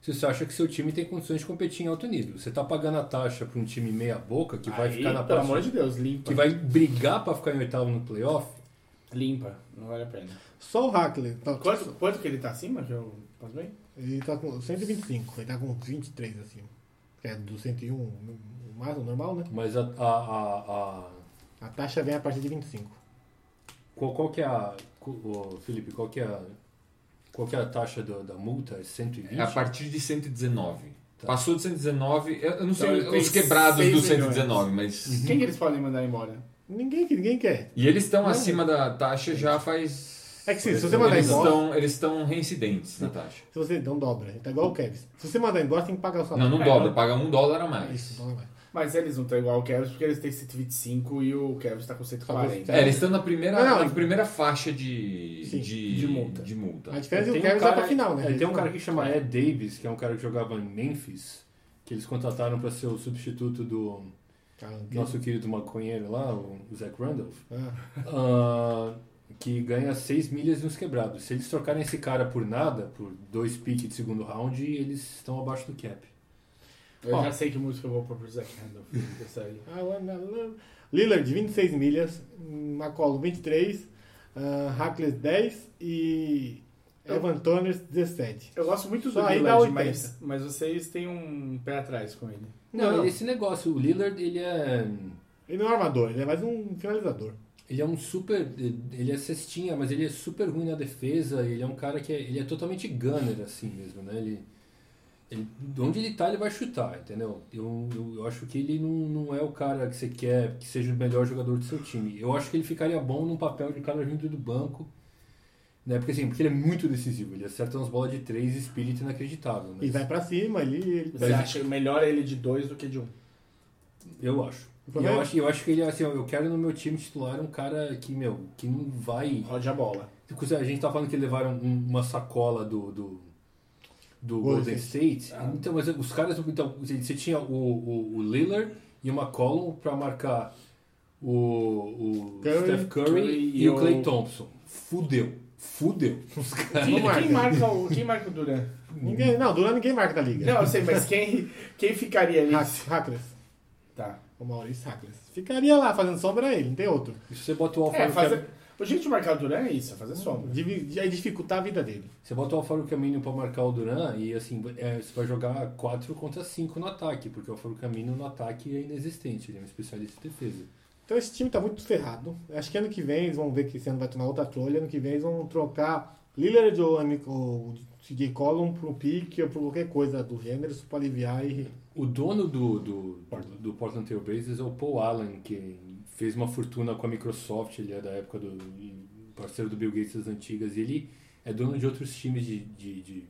A: se você acha que seu time tem condições de competir em alto nível. Você tá pagando a taxa para um time meia boca que vai
D: aí,
A: ficar na
D: Pelo
A: próxima,
D: amor de Deus, limpa.
A: que vai brigar para ficar em oitavo no playoff.
D: Limpa, não vale a pena.
B: Só o Hackler. Tá,
D: Quanto, quanto que ele tá acima? Que eu posso bem?
B: Ele tá com 125, ele tá com 23 acima. Que é do 101, o máximo normal, né?
A: Mas a, a, a- a-
B: A taxa vem a partir de 25.
A: qual, qual que é a o, Felipe, qual que é a, qual que é a taxa do- da multa? É 120?
C: É a partir de 119 passou de 119 eu eu não sei
D: Então, ele
C: os
D: tem
C: quebrados
D: seis
C: do
D: milhões.
C: 119
A: Uhum.
C: mas
D: Quem que eles podem mandar embora?
B: Ninguém, que- ninguém quer.
C: e eles estão acima da taxa já faz
B: É que sim, se você mandar
C: Eles
B: embora.
C: estão, eles estão reincidentes na taxa.
B: Se você não dobra, tá igual o Kevs. Se você mandar embora, tem que pagar o
C: Não,
B: salário.
C: não dobra, paga um dólar a mais.
B: É, Isso, não é mais.
D: Mas eles não estão igual o Kevs porque eles têm 125 e o Kevs tá com 140.
C: É, eles estão na primeira,
B: Não, não.
C: na primeira faixa de,
B: Sim,
C: de,
A: de multa.
C: de multa.
B: A diferença é que
A: Tem um
B: o Kevs vai
A: cara-
B: pra final, né?
A: é, tem um cara
B: que.
A: que chama Ed Davis, que é um cara que jogava em Memphis, que eles contrataram para ser o substituto do nosso querido maconheiro lá, o o Zach Randolph,
B: Ah,
A: ah, que ganha 6 milhas e uns quebrados. Se eles trocarem esse cara por nada, por dois piques de segundo round, eles estão abaixo do cap.
D: Eu
B: Ó.
D: já sei que música eu vou pôr pro Zac Randolph dessa aí.
B: I wanna love. Lillard, 26 milhas. McCollum, 23. Uh, Hackles, 10. E Evan Toners, 17.
D: Eu gosto muito
B: Só
D: do
B: aí
D: Lillard,
B: dá
D: mas, mas vocês têm um pé atrás com ele.
A: Não,
B: Não.
A: esse negócio, o Lillard, ele é.
B: Ele não é um armador, ele é mais um finalizador.
A: Ele é um super. Ele é cestinha, mas ele é super ruim na defesa. Ele é um cara que é, ele é totalmente gunner, assim mesmo, né? Ele, ele, de onde ele tá, ele vai chutar, entendeu? Eu, eu, eu acho que ele não, não é o cara que você quer que seja o melhor jogador do seu time. Eu acho que ele ficaria bom num papel de um cara vindo do banco. Né? Porque, assim, porque ele é muito decisivo. Ele acerta umas bolas de três e espírito inacreditável. né?
B: E
A: Mas
B: vai pra cima, ele. ele
D: Você acha melhor ele de dois do que de um?
A: Eu acho.
B: O
A: E
B: problema-
A: Eu acho, eu acho que ele, assim, ó, eu quero no meu time titular um cara que, meu, que não vai.
D: Rode a bola.
A: Tipo, A gente tá falando que levaram um- uma sacola do, do, do
B: Golden
A: Golden State.
D: Ah.
A: Então, mas os caras. Então, você tinha o, o, o Lillard e uma Column pra marcar o, o
B: Curry,
A: Steph Curry,
D: Curry
A: e,
D: e
A: o Clay
D: o-
A: Thompson. Fudeu. Fudeu. Os caras.
D: Quem,
B: marca.
D: quem marca o, quem marca o Duran?
B: Ninguém, não, Duran ninguém marca da liga.
D: Não, eu sei, mas quem, quem ficaria ali?
B: Hack- Hackles.
D: Tá.
B: O Maurício Hackles. Ficaria lá fazendo sombra a ele, não tem outro.
A: E se você bota o Alfaro
D: É, fazer... O jeito de marcar o Duran é isso, é fazer sombra.
B: Divi- Aí dificultar a vida dele.
A: Você bota o Alfaro Camino pra marcar o Duran e assim, é, você vai jogar 4 contra 5 no ataque, porque o Alfaro Camino no ataque é inexistente, ele é um especialista em defesa.
B: Então esse time tá muito ferrado. Acho que ano que vem eles vão ver que esse ano vai tomar outra trolha. Ano que vem eles vão trocar Lillard ou Ami- ou CJ Collum pro pique ou pro qualquer coisa do gênero, isso pra aliviar e.
A: O dono do, do, do Portland Trail Blazers é o Paul Allen, que fez uma fortuna com a Microsoft, ele é da época do parceiro do Bill Gates das antigas, e ele é dono de outros times de, de, de,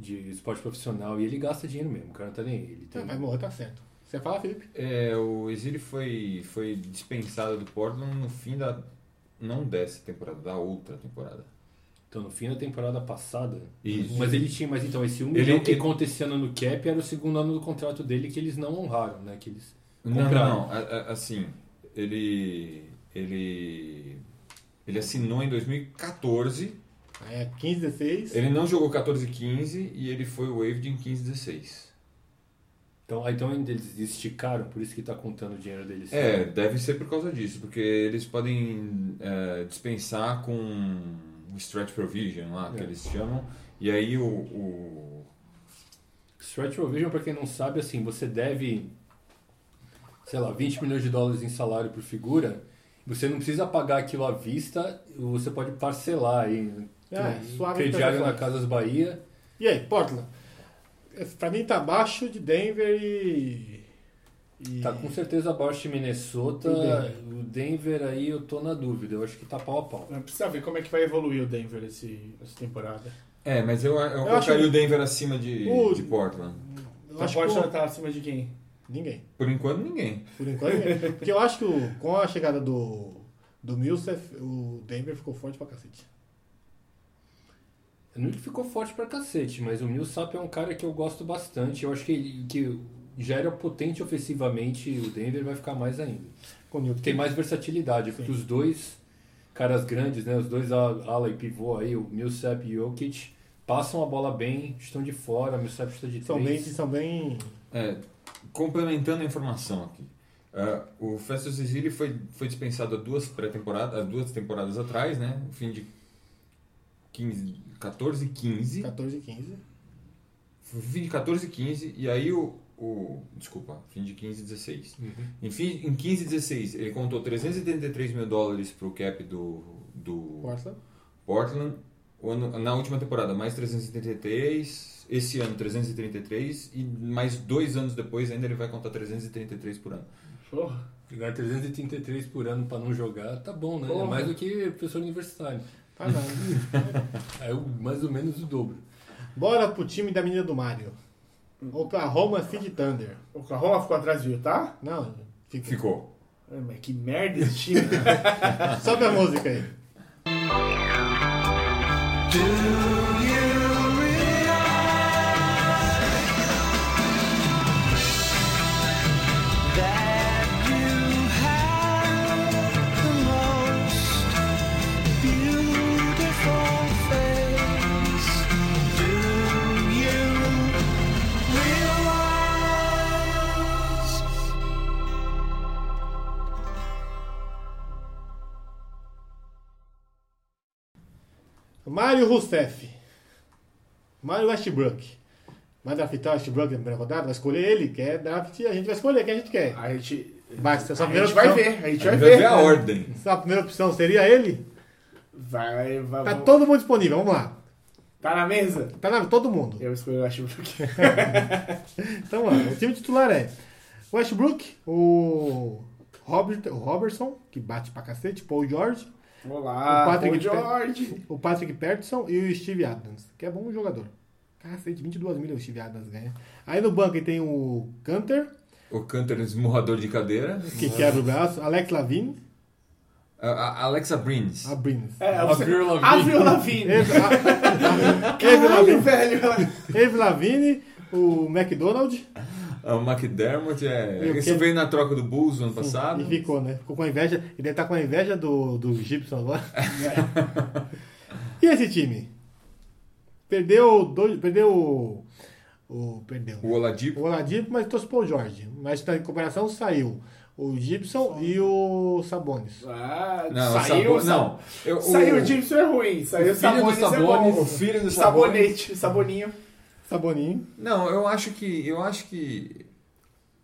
A: de, de esporte profissional, e ele gasta dinheiro mesmo, o cara não tá nem aí. Ele tem...
B: Tá, vai morrer, tá certo. Você fala, Felipe?
C: É, o Exílio foi, foi dispensado do Portland no fim da. Não dessa temporada, da outra temporada.
A: Então, no fim da temporada passada.
C: Isso.
A: Mas ele tinha, mas então, esse 1
C: Ele-
A: milhão que
C: ele-
A: aconteceu no cap era o segundo ano do contrato dele que eles não honraram, né? Que eles
C: Não,
A: compraram.
C: não, a- a- assim, ele. Ele. Ele assinou em 2014.
B: Ah, É 15, 16.
C: Ele não jogou 14 e 15 e ele foi waived em 15 e 16.
A: Então, aí, então eles esticaram, por isso que tá contando o dinheiro deles.
C: É, deve ser por causa disso, porque eles podem é, dispensar com o stretch provision lá, que
A: É.
C: eles chamam, e aí o, o-
A: Stretch Provision, é pra quem não sabe, assim, você deve, sei lá, 20 milhões de dólares em salário por figura, você não precisa pagar aquilo à vista, você pode parcelar aí.
B: É,
A: Tem
B: suave
A: crediário na
B: transações.
A: Casas Bahia.
B: E aí, Portland? Pra mim tá abaixo de Denver e. e-
A: Tá com certeza abaixo de Minnesota.
B: E
A: O Denver aí eu tô na dúvida. Eu acho que tá pau a pau.
D: Mas Precisa ver como é que vai evoluir o Denver esse, essa temporada.
C: É, mas eu, eu,
B: Eu acho
C: colocaria o Denver acima de,
B: O-
C: de Portland.
B: Eu
D: O
B: acho que o-
A: né?
D: Portland tá acima de quem?
B: Ninguém.
C: Por enquanto, ninguém.
B: Por enquanto, ninguém. Porque eu acho que o- com a chegada do. Do Milsef, o Denver ficou forte pra cacete.
A: Não que ficou forte pra cacete, mas o Millsap é um cara que eu gosto bastante. Eu acho que, ele- que já era potente ofensivamente o Denver vai ficar mais ainda.
B: Com o Newton.
A: Tem mais versatilidade, porque os dois caras grandes, né, os dois a- ala e pivô aí, o Millsap e o Jokic, passam a bola bem, estão de fora, o Millsap está de
B: São bem,
A: três.
B: são bem.
C: É, complementando a informação aqui. é, o Festus Ezili foi, foi dispensado há duas pré-temporadas, há duas temporadas atrás, né? No fim de 15, 14 e 15.
B: 14 e 15.
C: Fim de 14 e 15, e aí o. o desculpa, fim de 15 e 16. Em, fim, em 15 e 16, ele contou 383 mil dólares pro cap do, do
B: Força.
C: Portland. O ano- na última temporada, mais 333. Esse ano, 333. E mais dois anos depois, ainda ele vai contar 333 por ano.
D: Porra.
A: Ganhar 333 por ano pra não jogar, tá bom, né? É
D: Porra.
A: mais do que professor universitário.
B: Tá nada.
A: É o- mais ou menos o dobro.
B: Bora pro time da menina do Mario. Oklahoma City Thunder.
D: O Oklahoma ficou atrás do Utah?
B: Não, fica.
C: Ficou.
D: Ai, Mas que merda esse time.
B: Sobe a música aí. Mário Rousseff. Mário Westbrook. Vai draftar o Westbrook na primeira rodada? Vai escolher ele? Quer draft? A gente vai escolher quem a gente quer.
D: A gente,
B: Basta, só
D: a gente
B: opção,
D: vai ver, a gente
C: Vai
D: vai ver. né?
C: ver a ordem.
B: Sua é primeira opção seria ele?
D: Vai, vai.
B: Tá
D: vamos-
B: todo mundo disponível, vamos lá.
D: tá na mesa?
B: Tá na todo mundo.
D: Eu escolhi o Westbrook.
B: Então, lá, o time titular é Westbrook, o, Robert, o Robertson, que bate pra cacete, Paul George,
D: Olá,
B: O Patrick
D: Paul George.
B: o Patrick Patterson e o Steve Adams, que é bom jogador. Cacete, 22 milhões o Steve Adams ganha. Aí no banco ele tem o Canter,
C: O Cantor esmurrador de cadeira.
B: que quebra o braço, Alex Lavine,
C: A- a- Alexa Brins.
B: a Brins.
D: É,
A: A
D: você...
A: Avril Lavigne.
D: Avril Lavigne. Ah,
B: Eve- a-
D: Caralho, velho.
B: Eve Lavine, o McDonald,
C: O McDermott é.
B: E o
C: Esse
B: Ken-
C: veio na troca do Bulls no ano
B: e
C: passado.
B: ficou, né? Ficou com a inveja, ele deve estar com a inveja do, do Gibson agora. e esse time? Perdeu dois, perdeu o, o perdeu.
C: O Oladipo.
B: O Oladipo, mas trouxe o Paul George. Mas tá, em comparação saiu o Gibson e o Sabonis.
D: Ah,
C: Não,
D: saiu,
C: o Sabo- não. Eu-
D: Saiu o Gibson é ruim, saiu o
C: filho do
D: Sabonis, é
C: Sabonis,
D: bom.
C: o filho do Sabonis.
D: Sabonete, saboninho.
B: Saboninho.
C: Não, eu acho que eu acho que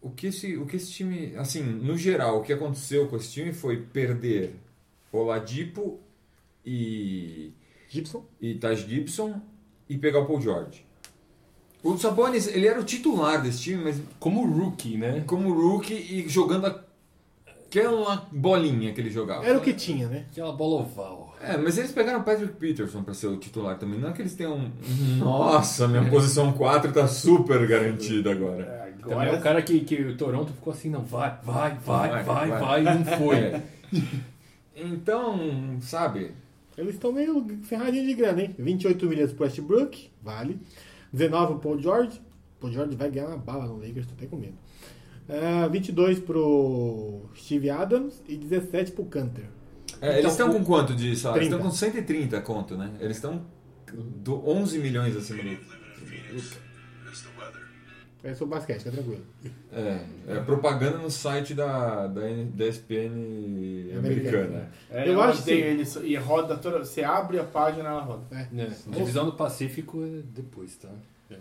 C: o que esse o que esse time, assim, no geral, o que aconteceu com esse time foi perder Oladipo e
B: Gibson.
C: e Taj Gibson e pegar o Paul George. O Sabonis, ele era o titular desse time, mas
A: Como rookie, né?
C: como rookie e jogando aquela bolinha que ele jogava.
B: Era o que tinha, né?
A: Aquela bola oval.
C: É, mas eles pegaram o Patrick Peterson pra ser o titular também. Não é que eles tenham. um- Nossa, minha posição 4 tá super garantida agora.
A: Também é o
D: Agora,
A: cara que, que o Toronto ficou assim, não, vai, vai, vai,
C: Vai,
A: vai,
C: vai.
A: vai, e não foi.
C: É. Então, sabe?
B: Eles estão meio ferradinhos de grana, hein? 28 milhas pro Westbrook, vale. 19 pro Paul George. Paul George vai ganhar uma bala no Lakers, tô até com medo. Ah, 22 pro Steve Adams e 17 pro Canter.
C: É, eles estão com quanto de salário? Eles
B: 30.
C: estão com 130 conto, né? Eles estão do 11 milhões acima do.
B: É sobre basquete, fica tranquilo.
C: É, é propaganda no site da, da, N- da ESPN americana.
D: é,
B: eu acho
D: odeio
B: que-
D: ele só- e roda toda. Você abre a página, ela roda.
A: Né? Divisão do Pacífico é depois, tá? É,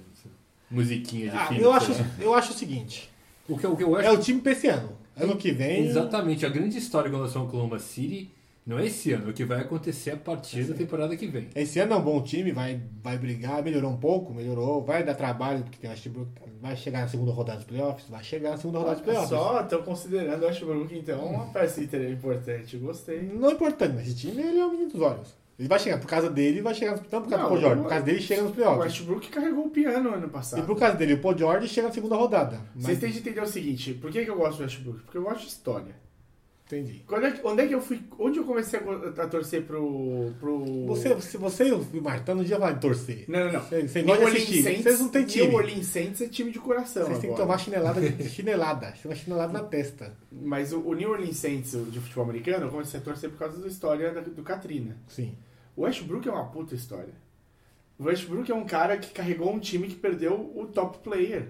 A: musiquinha de
B: Ah,
A: filme.
B: eu,
A: tá?
B: acho, eu acho o seguinte:
A: O que, o que eu acho
B: é o time pra esse ano. Ano que vem.
A: Exatamente, a grande história em relação ao Oklahoma City não é esse ano, é o que vai acontecer a partir da temporada que vem.
B: Esse ano é um bom time, vai, vai brigar, melhorou um pouco, melhorou, vai dar trabalho, porque tem o Westbrook, vai chegar na segunda rodada dos playoffs, vai chegar na segunda rodada dos playoffs.
D: Só tô considerando o Westbrook, então, uma peça inter- importante. Gostei.
B: Não é importante, mas esse time ele é o menino dos olhos. Ele vai chegar por causa dele, vai chegar nos Não por causa
D: Não,
B: do Paul George,
D: eu-
B: por causa dele chega nos
D: O
B: playoffs.
D: Westbrook carregou o piano ano passado.
B: E por causa dele, o Paul George chega na segunda rodada. Mas
D: Vocês têm que entender o seguinte, por que, que eu gosto do Westbrook? Porque eu gosto de história.
B: entendi.
D: Quando é que- onde é que eu fui. Onde eu comecei a, go- a torcer pro. pro...
B: Você, você, você e o Martão no dia vai torcer.
D: Não, não, não.
B: Você- você
D: New
B: gosta de
D: Orleans
B: assistir.
D: Saints-
B: Vocês não têm time.
D: New Orleans Saints é time de coração.
B: Vocês têm que
D: agora.
B: tomar chinelada, chinelada, chama chinelada na testa.
D: Mas o, o New Orleans Saints o de futebol americano, eu comecei a torcer por causa da história da- do Katrina.
B: Sim.
D: O Westbrook é uma puta história. O Westbrook é um cara que carregou um time que perdeu o top player.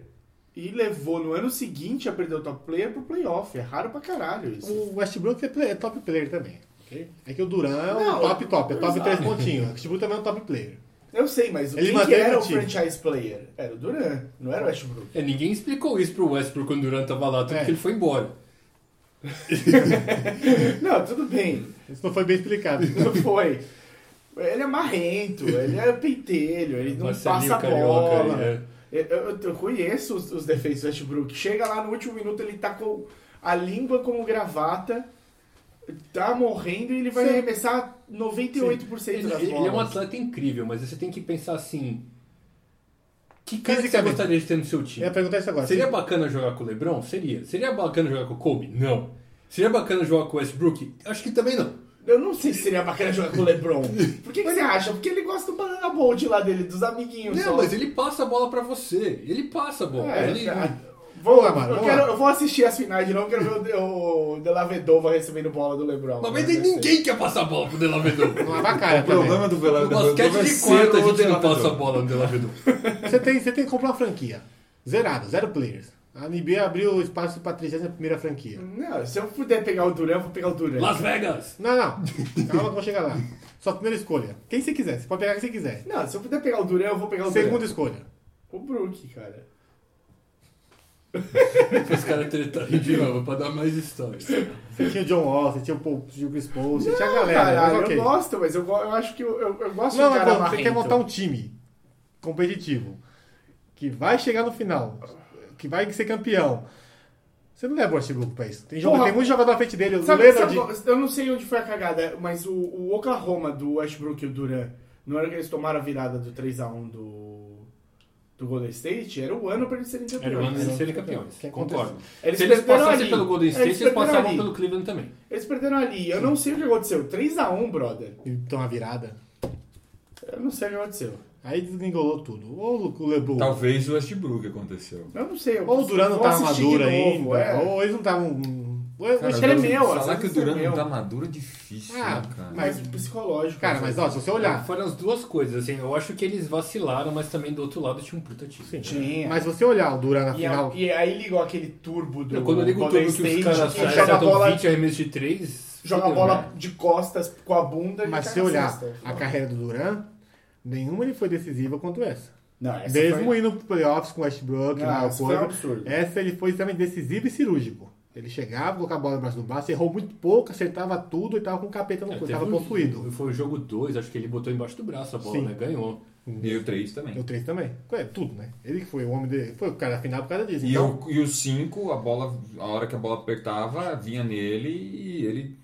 D: E levou no ano seguinte a perder o top player pro playoff. É raro pra caralho isso.
B: O Westbrook é, play- é top player também. ok? É que o Duran é um
D: Não,
B: top top, é top
D: exato.
B: 3 pontinhos. O Westbrook também é um top player.
D: Eu sei, mas
B: Ele
D: quem que
B: manteve
D: era
B: o
D: o
B: time.
D: franchise player? Era o Duran, não era o Westbrook.
A: É, ninguém explicou isso pro Westbrook quando o Durant tava lá, tanto
B: É.
A: que ele foi embora.
D: Não, tudo bem.
B: Isso não foi bem explicado.
D: Não foi. Ele é marrento, ele é pentelho, ele não
A: Marcelinho
D: passa a
A: Carioca,
D: bola.
A: aí, é.
D: Eu, eu- eu conheço os, os defeitos do Westbrook. Chega lá no último minuto, ele tá com a língua como gravata, tá morrendo e ele vai
B: Sim.
D: arremessar 98%
A: Ele,
D: das bolas.
A: ele é um atleta incrível, mas você tem que pensar assim. Que cara que você
B: Fisicamente.
A: gostaria de ter no seu
B: Eu ia
A: time?
B: perguntar isso agora.
A: Seria
B: Sim.
A: bacana jogar com o Lebron? Seria. Seria bacana jogar com o Kobe? Não. Seria bacana jogar com o Westbrook? Acho que também não.
D: Eu não sei se seria bacana jogar com o LeBron. Por que, que você acha? Porque ele gosta do Banana Bold lá dele, dos amiguinhos
A: Não,
D: só.
A: mas ele passa a bola pra você. Ele passa a bola.
D: É,
A: ele,
D: tá.
B: Vamos lá, mano.
D: Eu,
B: Vamos
D: quero-
B: lá.
D: eu vou assistir as finais de novo, quero ver o, De- o De La Vedova recebendo bola do LeBron.
A: Mas
D: Né?
A: tem
D: Vai ser.
A: ninguém que quer passar a bola pro
B: Vamos
A: Delavedor.
B: lavar a cara
C: O
B: também.
C: problema do é
A: No
C: Velador
A: basquete
D: é
A: de quarta a gente não passa a bola no Delavedor.
B: Você tem, você tem que comprar uma franquia. Zerado, zero players. A NBA abriu espaço pra 31 franquia.
D: Não, se eu puder pegar o Duran, eu vou pegar o Duran.
A: Las Vegas!
B: Não, não. Calma que eu vou chegar lá. Sua primeira escolha. Quem você quiser. Você pode pegar quem você quiser.
D: Não, se eu puder pegar o Duran, eu vou pegar o
B: Segunda
D: Duran.
B: escolha.
D: O Brook, cara.
A: Os caras tretaram tá de novo pra dar mais histórias.
B: Você tinha o John Wall, você tinha o Paul- tinha o Chris Paul, você tinha a
D: Não,
B: galera.
D: caralho,
B: mas ok.
D: eu gosto, mas eu, go- eu acho que eu, eu, eu gosto
B: Não,
D: de
B: mas
D: cara
B: bom, você quer
D: marrento.
B: montar um time competitivo que vai chegar no final, que vai ser campeão. Você não leva o Westbrook pra isso. Tem, jogo,
D: Porra.
B: tem muito jogador na frente dele. O
D: Sabe,
B: Leonard...
D: sabe- eu não sei onde foi a cagada, mas o, o Oklahoma do Westbrook e o Duran, não era que eles tomaram a virada do 3x1 do, do Golden State? Era o ano pra eles serem campeões.
A: Era o ano
D: Eles-
A: deles serem campeões.
B: Que acontece.
A: Concordo.
D: Eles
A: Se eles
D: perderam
A: passassem
D: ali.
A: pelo Golden
D: Eles
A: State, eles,
D: perderam
A: passavam
D: ali.
A: pelo Cleveland também.
D: Eles perderam ali. Eu não sei o que aconteceu. 3x1, brother.
B: Então a virada.
D: Eu não sei o que aconteceu.
B: Aí desengolou tudo. Ou o LeBron.
C: Talvez o Westbrook aconteceu.
D: Eu não sei. Eu
B: Ou o Duran não
D: vou
B: tava
D: assistir de
B: maduro ainda.
D: novo, é.
B: Ou eles não um- estavam. ou-
C: Cara,
D: Ele é
C: mas
D: meu, às
C: Falar que o
D: vezes
C: Duran
D: é
C: não tá
D: meu.
C: maduro é difícil,
B: Ah,
C: né,
A: tá-
C: cara.
D: Mas psicológico.
B: Cara,
D: assim.
B: mas ó, se você olhar.
A: Foram as duas coisas, assim. Eu acho que eles vacilaram, mas também do outro lado tinha um puta time.
D: Tinha.
B: Mas se você olhar o Duran na
D: E, a-
B: final.
D: e aí ligou aquele turbo do
A: Não, quando eu ligo o
D: Golden
A: turno que os
D: State,
A: caras
D: que joga a
A: acertam
D: bola,
A: 20 arremessos de né? 3...
D: joga a bola de costas com a bunda. e
B: Mas se
D: caga
B: você olhar
D: cesta.
B: a carreira do Duran, nenhuma ele foi decisiva quanto essa.
D: Não, essa
B: Mesmo
D: foi...
B: indo pro playoffs com o Westbrook,
D: Ah,
B: lá, o
D: isso foi um
B: Kobe,
D: absurdo.
B: essa ele foi extremamente decisivo e cirúrgico. Ele chegava, colocava a bola embaixo do braço, errou muito pouco, acertava tudo e tava com o capeta
C: É,
B: no cu, tava
C: um
B: possuído.
A: Foi o É, um jogo 2, acho que ele botou embaixo do braço a bola,
B: Sim.
A: né? Ganhou.
C: E o 3 também.
B: Eu três também. É, tudo, né? Ele que foi o homem dele, foi o cara da final por causa disso.
C: E,
B: Então,
C: o, e o 5, a bola, a hora que a bola apertava, vinha nele e ele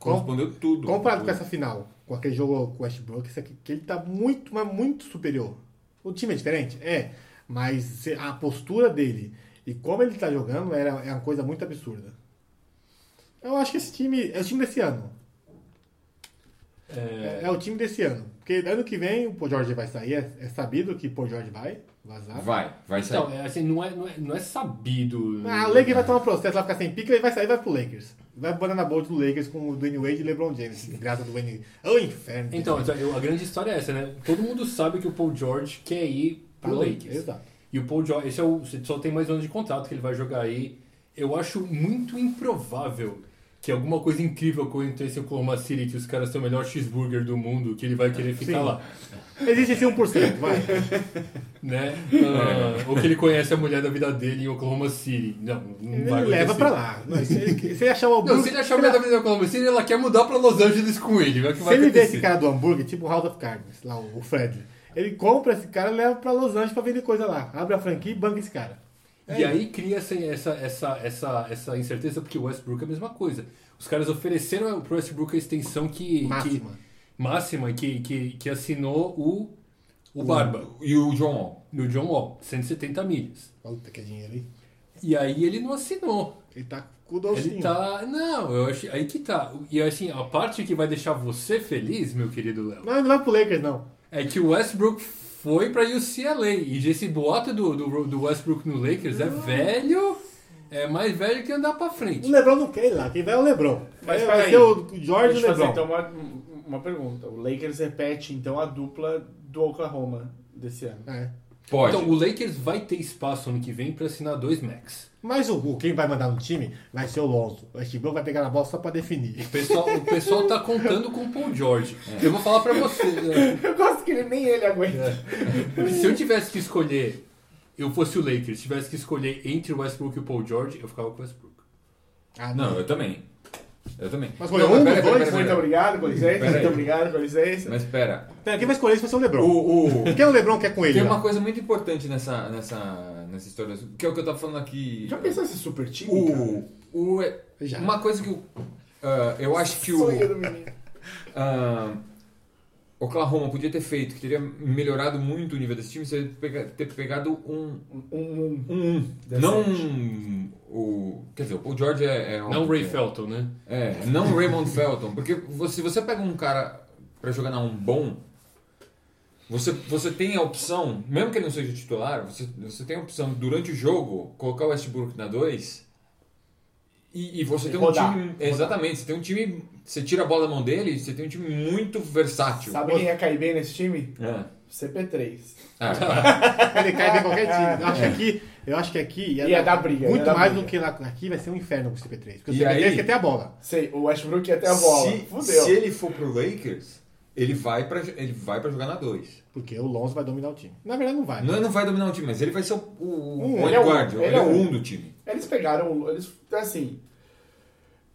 C: correspondeu tudo.
B: comparado
C: Tudo.
B: com essa final, com aquele jogo com o Westbrook, esse aqui, que ele tá muito, mas muito superior. O time é diferente? É. Mas se- a postura dele e como ele tá jogando era, é uma coisa muito absurda. Eu acho que esse time é o time desse ano. É, é o time desse ano. Porque ano que vem o Paul George vai sair. É, é sabido que o Paul George vai vazar.
C: Vai, vai sair.
A: Então, é, assim, não é, não é, não é sabido...
B: Ah, o Lakers vai tomar processo, vai ficar sem pica e vai sair e vai pro Lakers. Vai pro Banana Bolt do Lakers com o Dwayne Wade e LeBron James. Graça do Dwayne... Ô, inferno.
A: Então, eu- a grande história é essa, né? Todo mundo sabe que o Paul George quer ir pro
B: Falou,
A: Lakers.
B: Tá Exato.
A: E o Paul George, esse é o, só tem mais um ano de contrato que ele vai jogar aí. Eu acho muito improvável que alguma coisa incrível aconteça em Oklahoma City, que os caras são o melhor cheeseburger do mundo, que ele vai querer ficar
B: Sim.
A: lá,
B: Existe esse 1%, vai.
A: né? Ah, ou que ele conhece a mulher da vida dele em Oklahoma City. Não, não
B: Ele
A: vai
B: leva
A: acontecer.
B: pra lá. Não, se, ele, se ele achar o
A: Não,
B: hambúrguer...
A: se ele achar a mulher da vida dele em Oklahoma City, ela quer mudar pra Los Angeles com ele. Vai que
B: se
A: vai
B: ele vê
A: acontecer.
B: esse cara do hambúrguer, tipo o House of Cards, lá o, o Fred, ele compra esse cara e leva pra Los Angeles pra vender coisa lá. Abre a franquia e banca esse cara.
A: E aí cria essa, essa, essa, essa, essa incerteza, porque o Westbrook é a mesma coisa. Os caras ofereceram pro Westbrook a extensão que.
B: Máxima.
A: Que, máxima, que, que, que assinou o, o Barba,
C: E o John Wall.
A: no John Wall, 170 milhas.
B: Puta que dinheiro aí.
A: E aí ele não assinou.
B: Ele tá com o docinho.
A: Ele tá. Não, eu acho. Aí que tá. E assim, a parte que vai deixar você feliz, meu querido Léo,
B: Não, ele não vai pro Lakers, não.
A: é que o Westbrook foi pra UCLA. E esse boato do, do, do Westbrook no Lakers
C: Ah.
A: é velho. É mais velho que andar pra frente.
B: O Lebron não quer ir lá. Quem vai é o Lebron.
D: Mas
B: Vai- vai
D: peraí.
B: ser é o Jorge e
D: Deixa
B: o
D: eu fazer então
B: Lebron.
D: uma, uma pergunta. O Lakers repete então a dupla do Oklahoma desse ano.
B: É.
C: Pode.
A: Então, o Lakers vai ter espaço ano que vem pra assinar dois max.
B: Mas o, o quem vai mandar no time vai ser o Lonzo. O Westbrook vai pegar na bola só pra definir.
A: O pessoal, o pessoal tá contando com o Paul George.
C: É.
A: Eu vou falar pra você,
B: É.
A: né,
D: Eu gosto que ele, nem ele aguenta.
A: É. se eu tivesse que escolher, eu fosse o Lakers, tivesse que escolher entre o Westbrook e o Paul George, eu ficava com o Westbrook.
B: Ah,
C: Não, eu também. Eu também.
B: Mas foi
C: Não,
B: um,
C: mas pera,
B: dois,
C: pera, pera,
D: Muito
C: pera.
D: obrigado, com licença.
C: Pera aí.
D: Muito obrigado, com licença.
C: Mas pera.
B: Pera, quem vai escolher isso vai ser o Lebron.
C: O, o,
B: Quem é o Lebron que é com ele?
C: tem
B: lá?
C: uma coisa muito importante nessa, nessa, nessa história, que é o que eu tava falando aqui.
D: Já pensou esse super time? cara?
C: O, o,
B: Já.
C: uma coisa que o ah, eu acho que o.
D: Sonho do menino.
C: Ah, Oklahoma podia ter feito, que teria melhorado muito o nível desse time, se pega- ter pegado um.
D: Um, um.
C: Um. um. Não um. O, quer dizer, o Paul George é. é um-
A: Não o Ray
C: é,
A: Felton, né?
C: É, não o Raymond Felton. Porque você- se você pega um cara pra jogar na um bom, você, você tem a opção, mesmo que ele não seja titular, você, você tem a opção durante o jogo colocar o Westbrook na 2 e, e você
D: E
C: tem
D: rodar,
C: um time. Exatamente, você tem um time. Você tira a bola da mão dele, você tem um time muito versátil.
D: Sabe quem ia cair bem nesse time?
C: É.
D: CP3.
C: É.
B: Ele cai bem qualquer time. Eu acho que aqui, eu acho que aqui ia,
D: É. Ia dar briga,
B: Muito
D: ia dar
B: mais
D: briga.
B: do que lá aqui vai ser um inferno com o CP3. Porque o
C: E
B: CP3
C: aí-
B: quer ter a bola.
D: Sei, o Westbrook ia até a bola.
C: Se,
D: Fudeu.
C: se ele for pro Lakers, ele vai pra, ele vai pra jogar na 2.
B: Porque o Lonzo vai dominar o time. Na verdade, não vai.
C: Não, ele não vai dominar o time, mas ele vai ser o, o,
D: Um,
C: o
D: ele é um,
C: guard,
D: ele
C: ele é
D: é
C: o
D: um.
C: 1 do time.
D: Eles pegaram o. Eles, assim.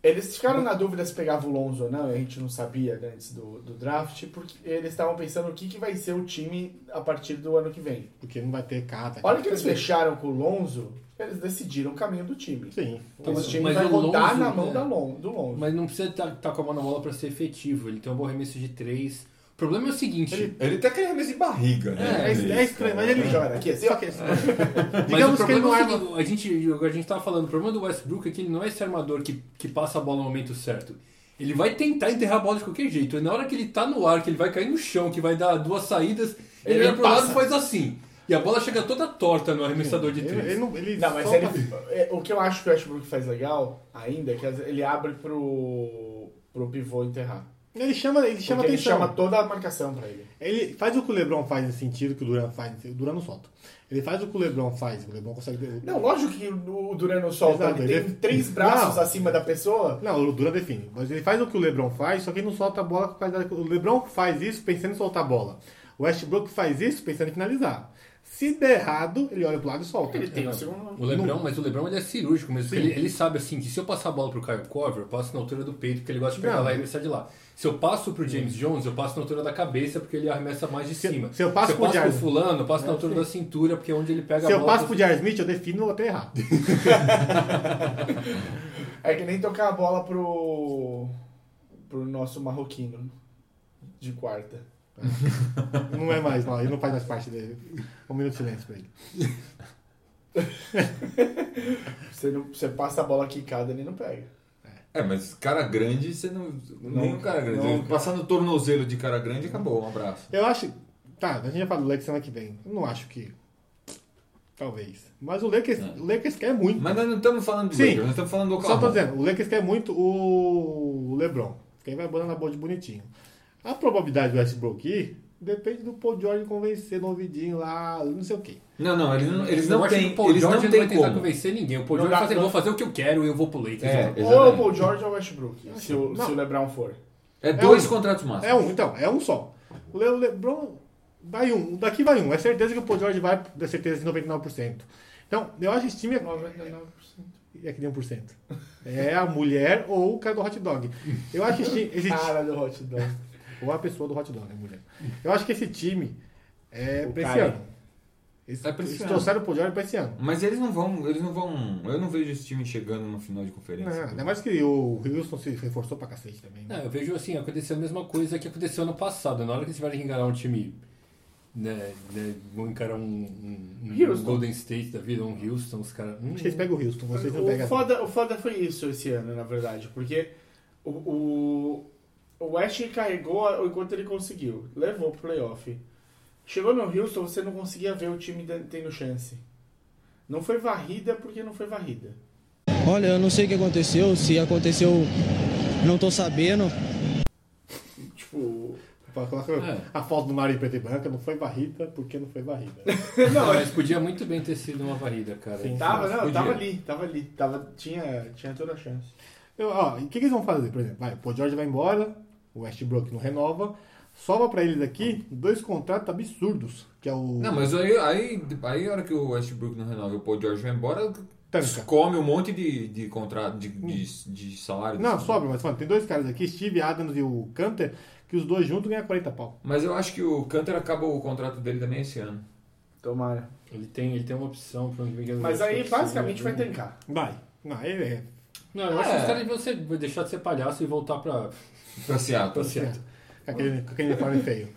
D: Eles ficaram na dúvida se pegava o Lonzo ou não, e a gente não sabia né, antes do, do draft, porque eles estavam pensando o que, que vai ser o time a partir do ano que vem.
B: Porque não vai ter cata.
D: A hora que eles fecharam com o Lonzo, eles decidiram o caminho do time.
B: Sim.
A: Então,
D: Esse time
A: mas
D: vai
A: o
D: rodar
A: Lonzo,
D: na mão
A: né?
D: da Lon- do Lonzo.
A: Mas não precisa estar com a mão na bola pra ser efetivo. Ele tem um bom arremesso de três. O problema é o seguinte.
C: Ele tem aquele arremesso de barriga, né?
B: É,
C: Ele-
B: é estranho, mas ele
D: Joga
B: joga.
D: aqui, assim, ó.
B: Só que,
A: Mas
B: digamos
A: o
B: que ele
A: problema é o
B: não arma.
A: seguinte, a gente, a gente tava falando, o problema do Westbrook é que ele não é esse armador que, que passa a bola no momento certo. Ele vai tentar enterrar a bola de qualquer jeito. E na hora que ele tá no ar, que ele vai cair no chão, que vai dar duas saídas, ele,
D: Ele
A: vai pro lado
D: passa.
A: e faz assim. E a bola chega toda torta no arremessador de
B: Ele,
A: três.
B: ele não, ele
D: Não, mas
B: solta-
D: ele, é, o que eu acho que o Westbrook faz legal ainda é que ele abre pro, pro pivô enterrar.
B: ele chama, ele chama
D: Porque ele
B: atenção.
D: chama toda a marcação pra ele.
B: Ele faz o que o Lebron faz nesse sentido, que o Duran faz. O Duran não solta. Ele faz o que o Lebron faz. O Lebron consegue.
D: Não, lógico que o o Duran não solta,
B: Exato,
D: ele
B: ele-
D: tem três braços
B: Não.
D: acima da pessoa.
B: Não, o Duran define. Mas ele faz o que o Lebron faz, só que ele não solta a bola com qualidade. O Lebron faz isso pensando em soltar a bola. O Westbrook faz isso pensando em finalizar. Se der errado, ele olha pro lado e solta.
D: Ele tem o segundo.
A: O Lebron, mas o Lebron ele é cirúrgico mesmo. porque Ele, ele sabe assim que se eu passar a bola pro Caio Corver, eu passo na altura do peito, porque ele gosta de pegar
B: Não.
A: lá e arremessar de lá. Se eu passo pro James Jones, eu passo na altura da cabeça, porque ele arremessa mais de
B: Se-
A: cima.
B: se eu passo pro
A: pro
B: Jarvis-
A: fulano, eu passo na altura da cintura, porque é onde ele pega
B: Se
A: a
B: eu
A: bola.
B: passo pro Jar Smith, eu defino até errado.
D: É que nem tocar a bola pro. pro nosso marroquino de quarta.
B: Não é mais, não. Ele não faz mais parte dele. Um minuto de silêncio pra ele.
D: Você, não- você passa a bola quicada, ele não pega.
C: É, mas cara grande, você não. nem um cara grande.
D: não.
C: Passar no tornozelo de cara grande, acabou, um abraço.
B: Eu acho. Tá, a gente já falou do Lakers semana que vem. Eu não acho que. Talvez. Mas o Lakers, o Lakers quer muito.
C: Mas nós não estamos falando do
B: Sim.
C: Lakers, nós estamos falando do
B: Só
C: Oklahoma.
B: tô dizendo, o Lakers quer muito o LeBron. Quem vai botar na bola de bonitinho. A probabilidade do Westbrook ir depende do Paul George convencer no ouvidinho lá, não sei o quê.
C: Não, não, eles não, eles
A: Eu
C: não
A: acho que
C: têm.
A: o Paul
C: Eles não
A: George não vai
C: têm
A: tentar
C: como.
A: convencer ninguém. O Paul
D: Não
A: George
D: dá-
A: fala assim,
D: não-
A: vou fazer o que eu quero e eu vou pro Lakers.
C: É,
A: Então,
D: Ou é o
C: exatamente.
D: Paul George ou o Westbrook, se o,
B: Não.
D: se o Lebron for.
C: É dois
B: um.
C: contratos máximos.
B: É um, então, é um só. O Le- o LeBron vai um, daqui vai um. É certeza que o Paul George vai, é certeza de 99%. Então, eu acho que esse time é
D: 99%.
B: é que nem 1%. É a mulher ou o cara do hot dog. Eu acho que esse esse time.
D: Cara do hot dog.
B: Ou a pessoa do hot dog, é mulher. Eu acho que esse time é
D: O
B: pra esse
D: cara.
B: ano. Eles,
C: É pra esse
B: eles
C: ano.
B: trouxeram o Paul George pra esse ano.
C: Mas eles não vão. Eles não vão. Eu não vejo esse time chegando no final de
B: Não,
C: conferência.
B: ainda mais que o Houston se reforçou pra cacete também. né?
A: É, eu vejo assim, aconteceu a mesma coisa que aconteceu ano passado. Na hora que eles tiverem que encarar um time, né, né, vão encarar um, um- um
D: Houston.
A: Golden State da vida, um Houston, os caras... hum,
B: Acho que eles pegam o Houston, vocês não
D: O
B: pegam.
D: foda, o foda foi isso esse ano, na verdade, porque o, o, o West carregou a- enquanto ele conseguiu, levou pro playoff. Chegou no Houston, você não conseguia ver o time de- tendo chance. Não foi varrida porque não foi varrida.
I: Olha, eu não sei o que aconteceu, se aconteceu, não tô sabendo.
D: Tipo.
A: É.
B: A foto do Mário em preto e branca não foi varrida porque não foi varrida.
A: Não, mas podia muito bem ter sido uma varrida, cara.
B: Sim.
D: Tava, não,
C: Podia.
D: tava ali, tava ali. Tava, tinha, tinha toda a chance.
B: Eu, ó, e o que, que eles vão fazer? Por exemplo, vai, o Paul George vai embora, o Westbrook não renova, sobra pra eles aqui dois contratos absurdos, que é o
C: Não, mas aí, aí, aí a hora que o Westbrook não renova e o Paul George vai embora,
B: Tanca.
C: come um monte de, de contrato, de, de, de salário.
B: Não, sobra, mas mano, tem dois caras aqui, Steve Adams e o Canter, que os dois juntos ganham 40 pau.
C: Mas eu acho que o Cantor acaba o contrato dele também esse ano.
D: Tomara.
A: Ele tem, ele tem uma opção pra onde vem que ele
D: Mas
A: vai
D: aí
A: ser possível,
D: basicamente vai
A: né?
D: tancar.
B: Vai. Não, aí é.
A: Não, eu acho que
C: É.
A: os caras deviam ser- deixar de ser palhaço e voltar pra,
C: Pra Seattle.
A: pra Seattle.
B: é, Com aquele, com aquele uniforme feio.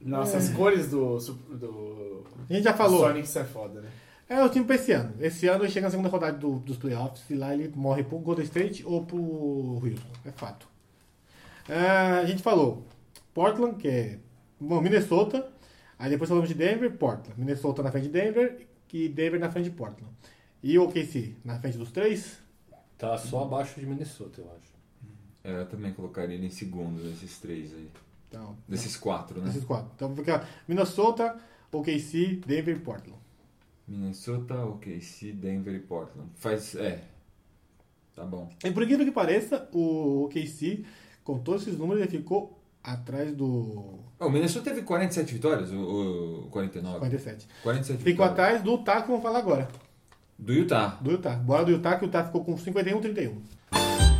D: Nossa, as cores do, su- do
B: A gente já falou.
D: Sonic isso é foda, né?
B: É o time pra esse ano. Esse ano ele chega na segunda rodada do- dos playoffs e lá ele morre pro Golden State ou pro Houston. É fato. Ah, a gente falou Portland, que é. Bom, Minnesota. Aí depois falamos de Denver, Portland. Minnesota na frente de Denver e Denver na frente de Portland. E o OKC na frente dos três.
A: Tá só abaixo de Minnesota, eu acho.
C: É, eu também colocaria ele em segundo desses três aí.
B: Então,
C: Desses quatro, né?
B: esses quatro. Então fica Minnesota, OKC, Denver e Portland.
C: Minnesota, OKC, Denver e Portland. Faz. É. Tá bom.
B: E por incrível que pareça, o OKC, com todos esses números, ele ficou atrás do
C: Ó, o Minnesota teve 47 vitórias, o, o 49.
B: 47.
C: 47
B: Ficou
C: vitórias.
B: atrás do Utah, que vamos falar agora.
C: Do Utah.
B: Do Utah. Bora do Utah, que o Utah ficou com 51-31.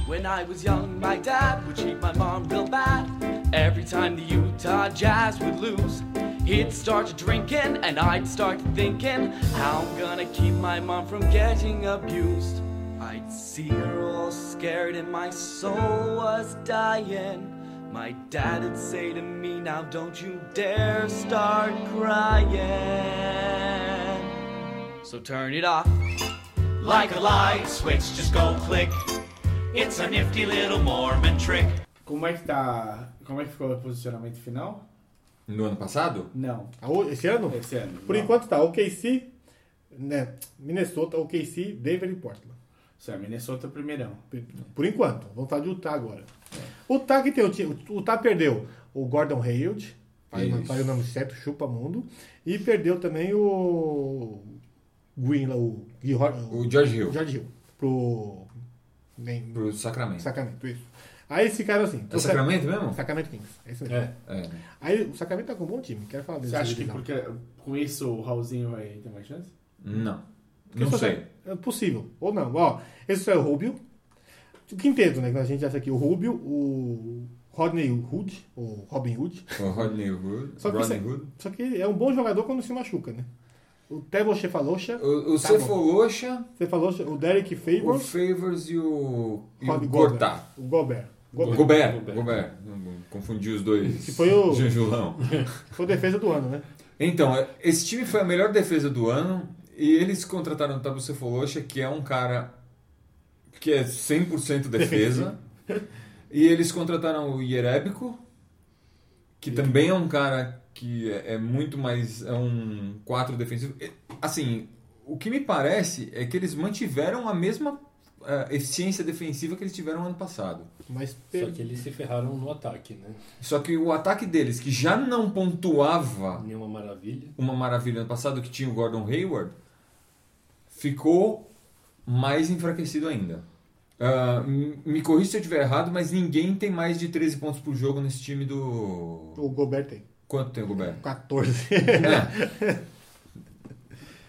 F: When I was young, my dad would treat my mom real bad. Every time the Utah Jazz would lose, he'd start drinking and I'd start thinking how I'm gonna keep my mom from getting abused. I'd see her all scared and my soul was dying. My dad'd say to me, now don't you dare start crying. So turn it off. Like a light switch, just go click. It's a nifty little Mormon trick.
D: Como é que tá. Como é que ficou o posicionamento final?
C: No ano passado?
D: Não.
B: Ah, o- Esse ano?
C: É
D: Esse é ano.
B: Por
D: não.
B: enquanto tá OKC, né? Minnesota, OKC, Denver e Portland.
D: Isso é Minnesota primeirão.
B: Por- Por enquanto. Vamos falar de Utah agora.
C: É.
B: O Utah que tem o time... O Utah perdeu o Gordon Hayward. Falei
C: Isso.
B: falei o nome certo, chupa mundo. E perdeu também o... Green, lá, o...
C: O George Hill.
B: George Hill. Pro... Nem...
C: Pro Sacramento.
B: Sacramento, isso. Aí esse cara assim...
C: É Sacramento mesmo?
B: Sacramento Kings. É isso mesmo.
A: É.
C: É. né?
B: Aí o Sacramento tá com um bom time, quero falar desse
D: Você acha que
B: divisão.
D: porque, com isso o Raulzinho vai ter mais chance?
C: Não.
B: Porque
C: Não
B: só tá-
C: sei.
B: É possível, ou não. Ó, esse só é o Rubio. O quinteto, né? Que a gente acha aqui. O Rubio, o Rodney Hood, ou Robin Hood.
C: O Rodney Hood.
B: Só que,
C: Rodney
B: isso-
C: Hood.
B: só que é um bom jogador quando se machuca, né? O Tebo Cefalosha,
C: O, o
B: Tá
C: Cefolosha,
B: Cefalosha, o Derek
C: o
B: Favors,
C: Favors e o. E
B: Rob
C: o
B: Gobert.
C: Gortat.
B: O Gobert. Gobert.
C: Gobert.
A: Gobert.
C: Gobert. Não, Confundi os dois.
B: Que foi o-
C: Jejulão.
B: Foi a defesa do ano, né?
C: Então, esse time foi a melhor defesa do ano e eles contrataram o Tabo Cefolosha, que é um cara que é 100% defesa. e eles contrataram o Ierebico, que também é um cara que é é muito mais. é um 4 defensivo. E, Assim, o que me parece é que eles mantiveram a mesma eh, eficiência defensiva que eles tiveram ano passado.
B: Mas
A: Só
B: per-
A: que eles se ferraram no ataque, né?
C: Só que o ataque deles, que já não pontuava
A: Nenhuma maravilha.
C: uma maravilha ano passado que tinha o Gordon Hayward, ficou mais enfraquecido ainda. Ah, m- me corrija se eu estiver errado, mas ninguém tem mais de 13 pontos por jogo nesse time do.
B: o Gobert tem
C: Quanto tem o Gobert?
B: 14.
C: É.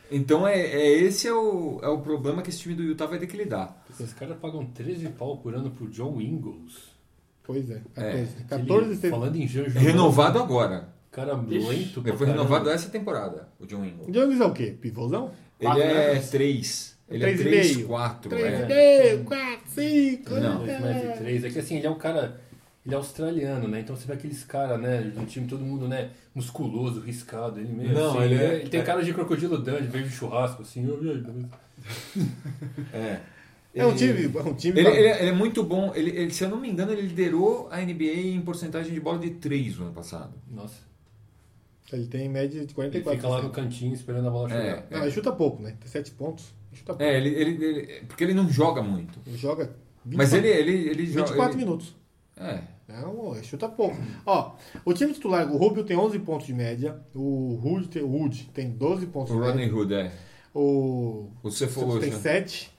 C: Então é, é esse é o, é o problema que esse time do Utah vai ter que lidar.
A: Esses caras pagam 13 pau por ano pro John Ingles.
B: pois é, 14.
A: Aquele-
B: 14 tem-
A: Falando em Janjo.
C: Renovado agora.
A: Cara lento. pra
C: Ele foi
A: caramba.
C: renovado essa temporada, o John Ingle.
B: Jones é o quê? Pivôzão?
C: Ele é 3. Ele é
B: Três e
C: 3,
B: meio.
C: 4.
B: 3,
C: É.
B: 3 4, 5.
C: Não.
A: 2,3. É que assim, ele é um cara. Ele é australiano, né? Então você vê aqueles caras, né? Do time, todo mundo, né? Musculoso, riscado. Ele mesmo.
C: Não,
A: assim,
C: ele é-
A: ele tem cara de crocodilo Dundee, veio de churrasco, assim. eu- eu- eu-
C: É.
B: É um
C: Ele-
B: time, é um time
C: Ele,
B: pra-
C: ele- ele é muito bom. Ele, ele- se eu não me engano, ele liderou a NBA em porcentagem de bola de 3 no ano passado.
A: Nossa.
C: é-
B: ele tem média de
A: Ele
B: 44.
A: fica lá no cantinho esperando a bola chegar.
B: assim. Não, ele chuta pouco, né? Tem 7 pontos. Chuta pouco.
C: É, ele, ele- ele- porque ele não joga muito.
B: Ele joga 20,
C: Mas ele, é- ele, ele joga.
B: 24
C: ele-
B: minutos.
C: É.
B: Não, ele chuta pouco. Ó, o time titular, o Rubio tem 11 pontos de média. O Rude tem, o Wood tem 12 pontos
C: O
B: de
C: Rodney né?
B: média.
C: Hood, é.
B: O
C: O
B: Santos tem
C: Cefolosha.
B: 7.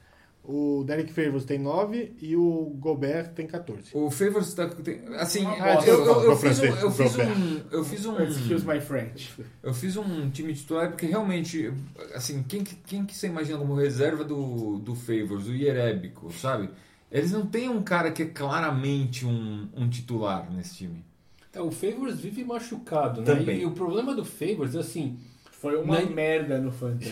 B: O Derek Favors tem 9. E o Gobert tem 14.
C: O Favors tá. tem- Assim,
B: Ah,
C: eu- eu, eu
B: pro
C: fiz um.
B: francês,
C: Eu fiz
B: pro
C: um. Eu fiz
A: Hum.
C: um.
D: Excuse my French.
C: Eu fiz um time titular porque realmente, assim, quem, que- quem que você imagina como reserva do, do Favors, o Ierebico, sabe? Eles não têm um cara que é claramente um, um titular nesse time.
A: É, o Então, Favors vive machucado, né?
C: Também.
A: E, o problema do Favors é assim.
D: Foi uma
A: Na-
D: merda no Fantasy.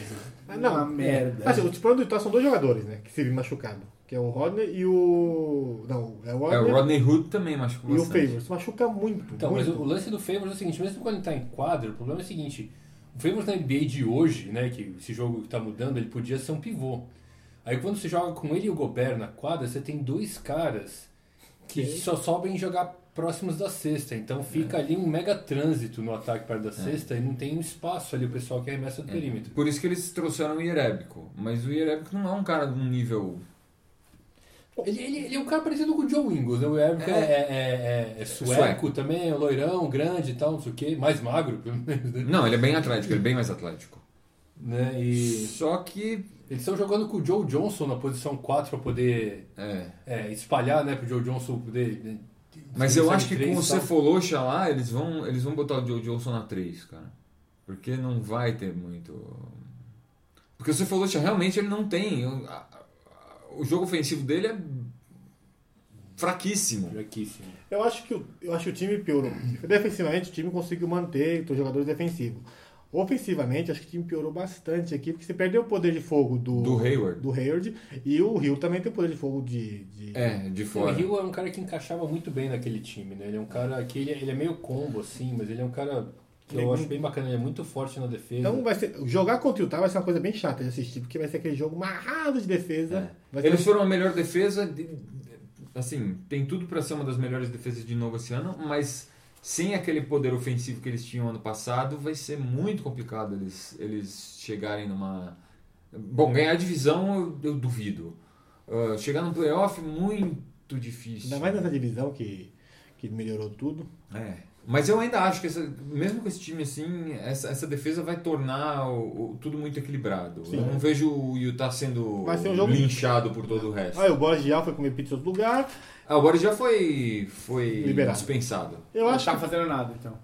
B: Ah, não,
D: uma
B: é.
D: merda.
B: Assim, os planos do Utah são dois jogadores, né? Que se viram machucado. Que é o Rodney e o. Não, é o
C: É,
B: Rodney,
C: o Rodney Hood também machucou
B: e o
C: bastante.
B: Favors. Machuca muito.
A: Então, mas
B: muito.
A: o lance do Favors é o seguinte, mesmo quando ele tá em quadra, o problema é o seguinte, o Favors na NBA de hoje, né, que esse jogo que tá mudando, ele podia ser um pivô. Aí quando você joga com ele e o Gobert na quadra, você tem dois caras que só sobem jogar próximos da cesta, então fica ali um mega trânsito no ataque perto da cesta e não tem um espaço ali o pessoal que arremessa do perímetro.
C: Por isso que eles trouxeram o Ierebico. Mas o Ierebico não é um cara de um nível.
A: Ele, ele, ele é um cara parecido com o John Ingles, né? O Eric é, é, é- é sueco,
C: Sueco.
A: também, é loirão, grande e tal, não sei o quê, mais magro, pelo menos, né?
C: Não, ele é bem atlético, ele é bem mais atlético.
A: né? E
C: Só que.
A: eles estão jogando com o Joe Johnson na posição 4 para poder
C: É.
A: é, espalhar, né? Pro Joe Johnson poder. né,
C: Mas
A: se
C: eu
A: ele
C: acho
A: sabe
C: que
A: três tá?
C: com o
A: e tal.
C: Cefolosha lá, eles vão, eles vão botar o Joe Johnson na 3, cara. Porque não vai ter muito. Porque o Cefolosha realmente ele não tem. O, a- a- o jogo ofensivo dele é fraquíssimo.
A: Fraquíssimo.
B: Eu acho que o, eu acho que o time piorou. Defensivamente, o time conseguiu manter os jogadores defensivos. Ofensivamente, acho que o time piorou bastante aqui, porque você perdeu o poder de fogo do,
C: Do Hayward.
B: do Hayward, e o Rio também tem o poder de fogo de. de-
C: É, de
A: O
C: fora.
A: Hill é um cara que encaixava muito bem naquele time, né? Ele é um cara que ele, ele é meio combo, assim, mas ele é um cara que eu
B: Ele-
A: acho bem bacana, ele é muito forte na defesa.
B: Então vai ser. Jogar contra o Utah vai ser uma coisa bem chata de assistir, porque vai ser aquele jogo marrado de defesa. Vai ser-
C: É. Eles foram a melhor defesa. de- assim, tem tudo pra ser uma das melhores defesas de novo esse ano, mas sem aquele poder ofensivo que eles tinham ano passado, vai ser muito complicado eles, eles chegarem numa. Bom, ganhar a divisão eu, eu duvido. Ah, chegar num playoff, muito difícil.
B: Ainda mais nessa divisão que, que melhorou tudo.
C: É. Mas eu ainda acho que, essa- mesmo com esse time assim, essa, essa defesa vai tornar o- o- tudo muito equilibrado.
B: Sim.
C: eu não vejo o Utah sendo
B: Vai ser um jogo- Ah,
C: linchado por todo o resto.
B: Aí o Boris Dial foi comer pizza em outro lugar.
C: Ah, o Boris já foi, foi
B: Liberado.
C: dispensado.
B: Eu
D: não
B: acho
D: tá
B: que
D: fazendo nada, então.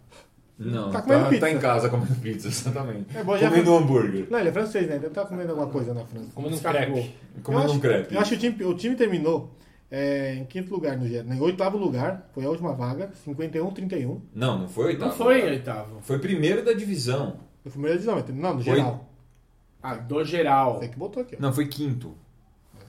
C: Não,
B: Tá
C: tá,
B: comendo pizza.
C: tá em casa comendo pizza, exatamente.
B: É, o Boris já
C: comendo um hambúrguer,
B: Não, ele é francês, né? Deve estar comendo alguma coisa na França.
A: Comendo um
B: Escargot.
A: crepe.
C: comendo
B: eu acho,
C: um crepe.
B: Eu acho que o time, o time terminou é, em quinto lugar no geral. Em oitavo lugar, foi a última vaga, 51-31.
C: Não, não foi oitavo.
D: Não foi oitavo.
C: Foi primeiro da divisão.
B: Foi a primeira divisão, mas terminou no
C: Foi-
B: geral.
D: Ah, do geral.
B: Você que botou aqui, ó.
C: Não, foi quinto.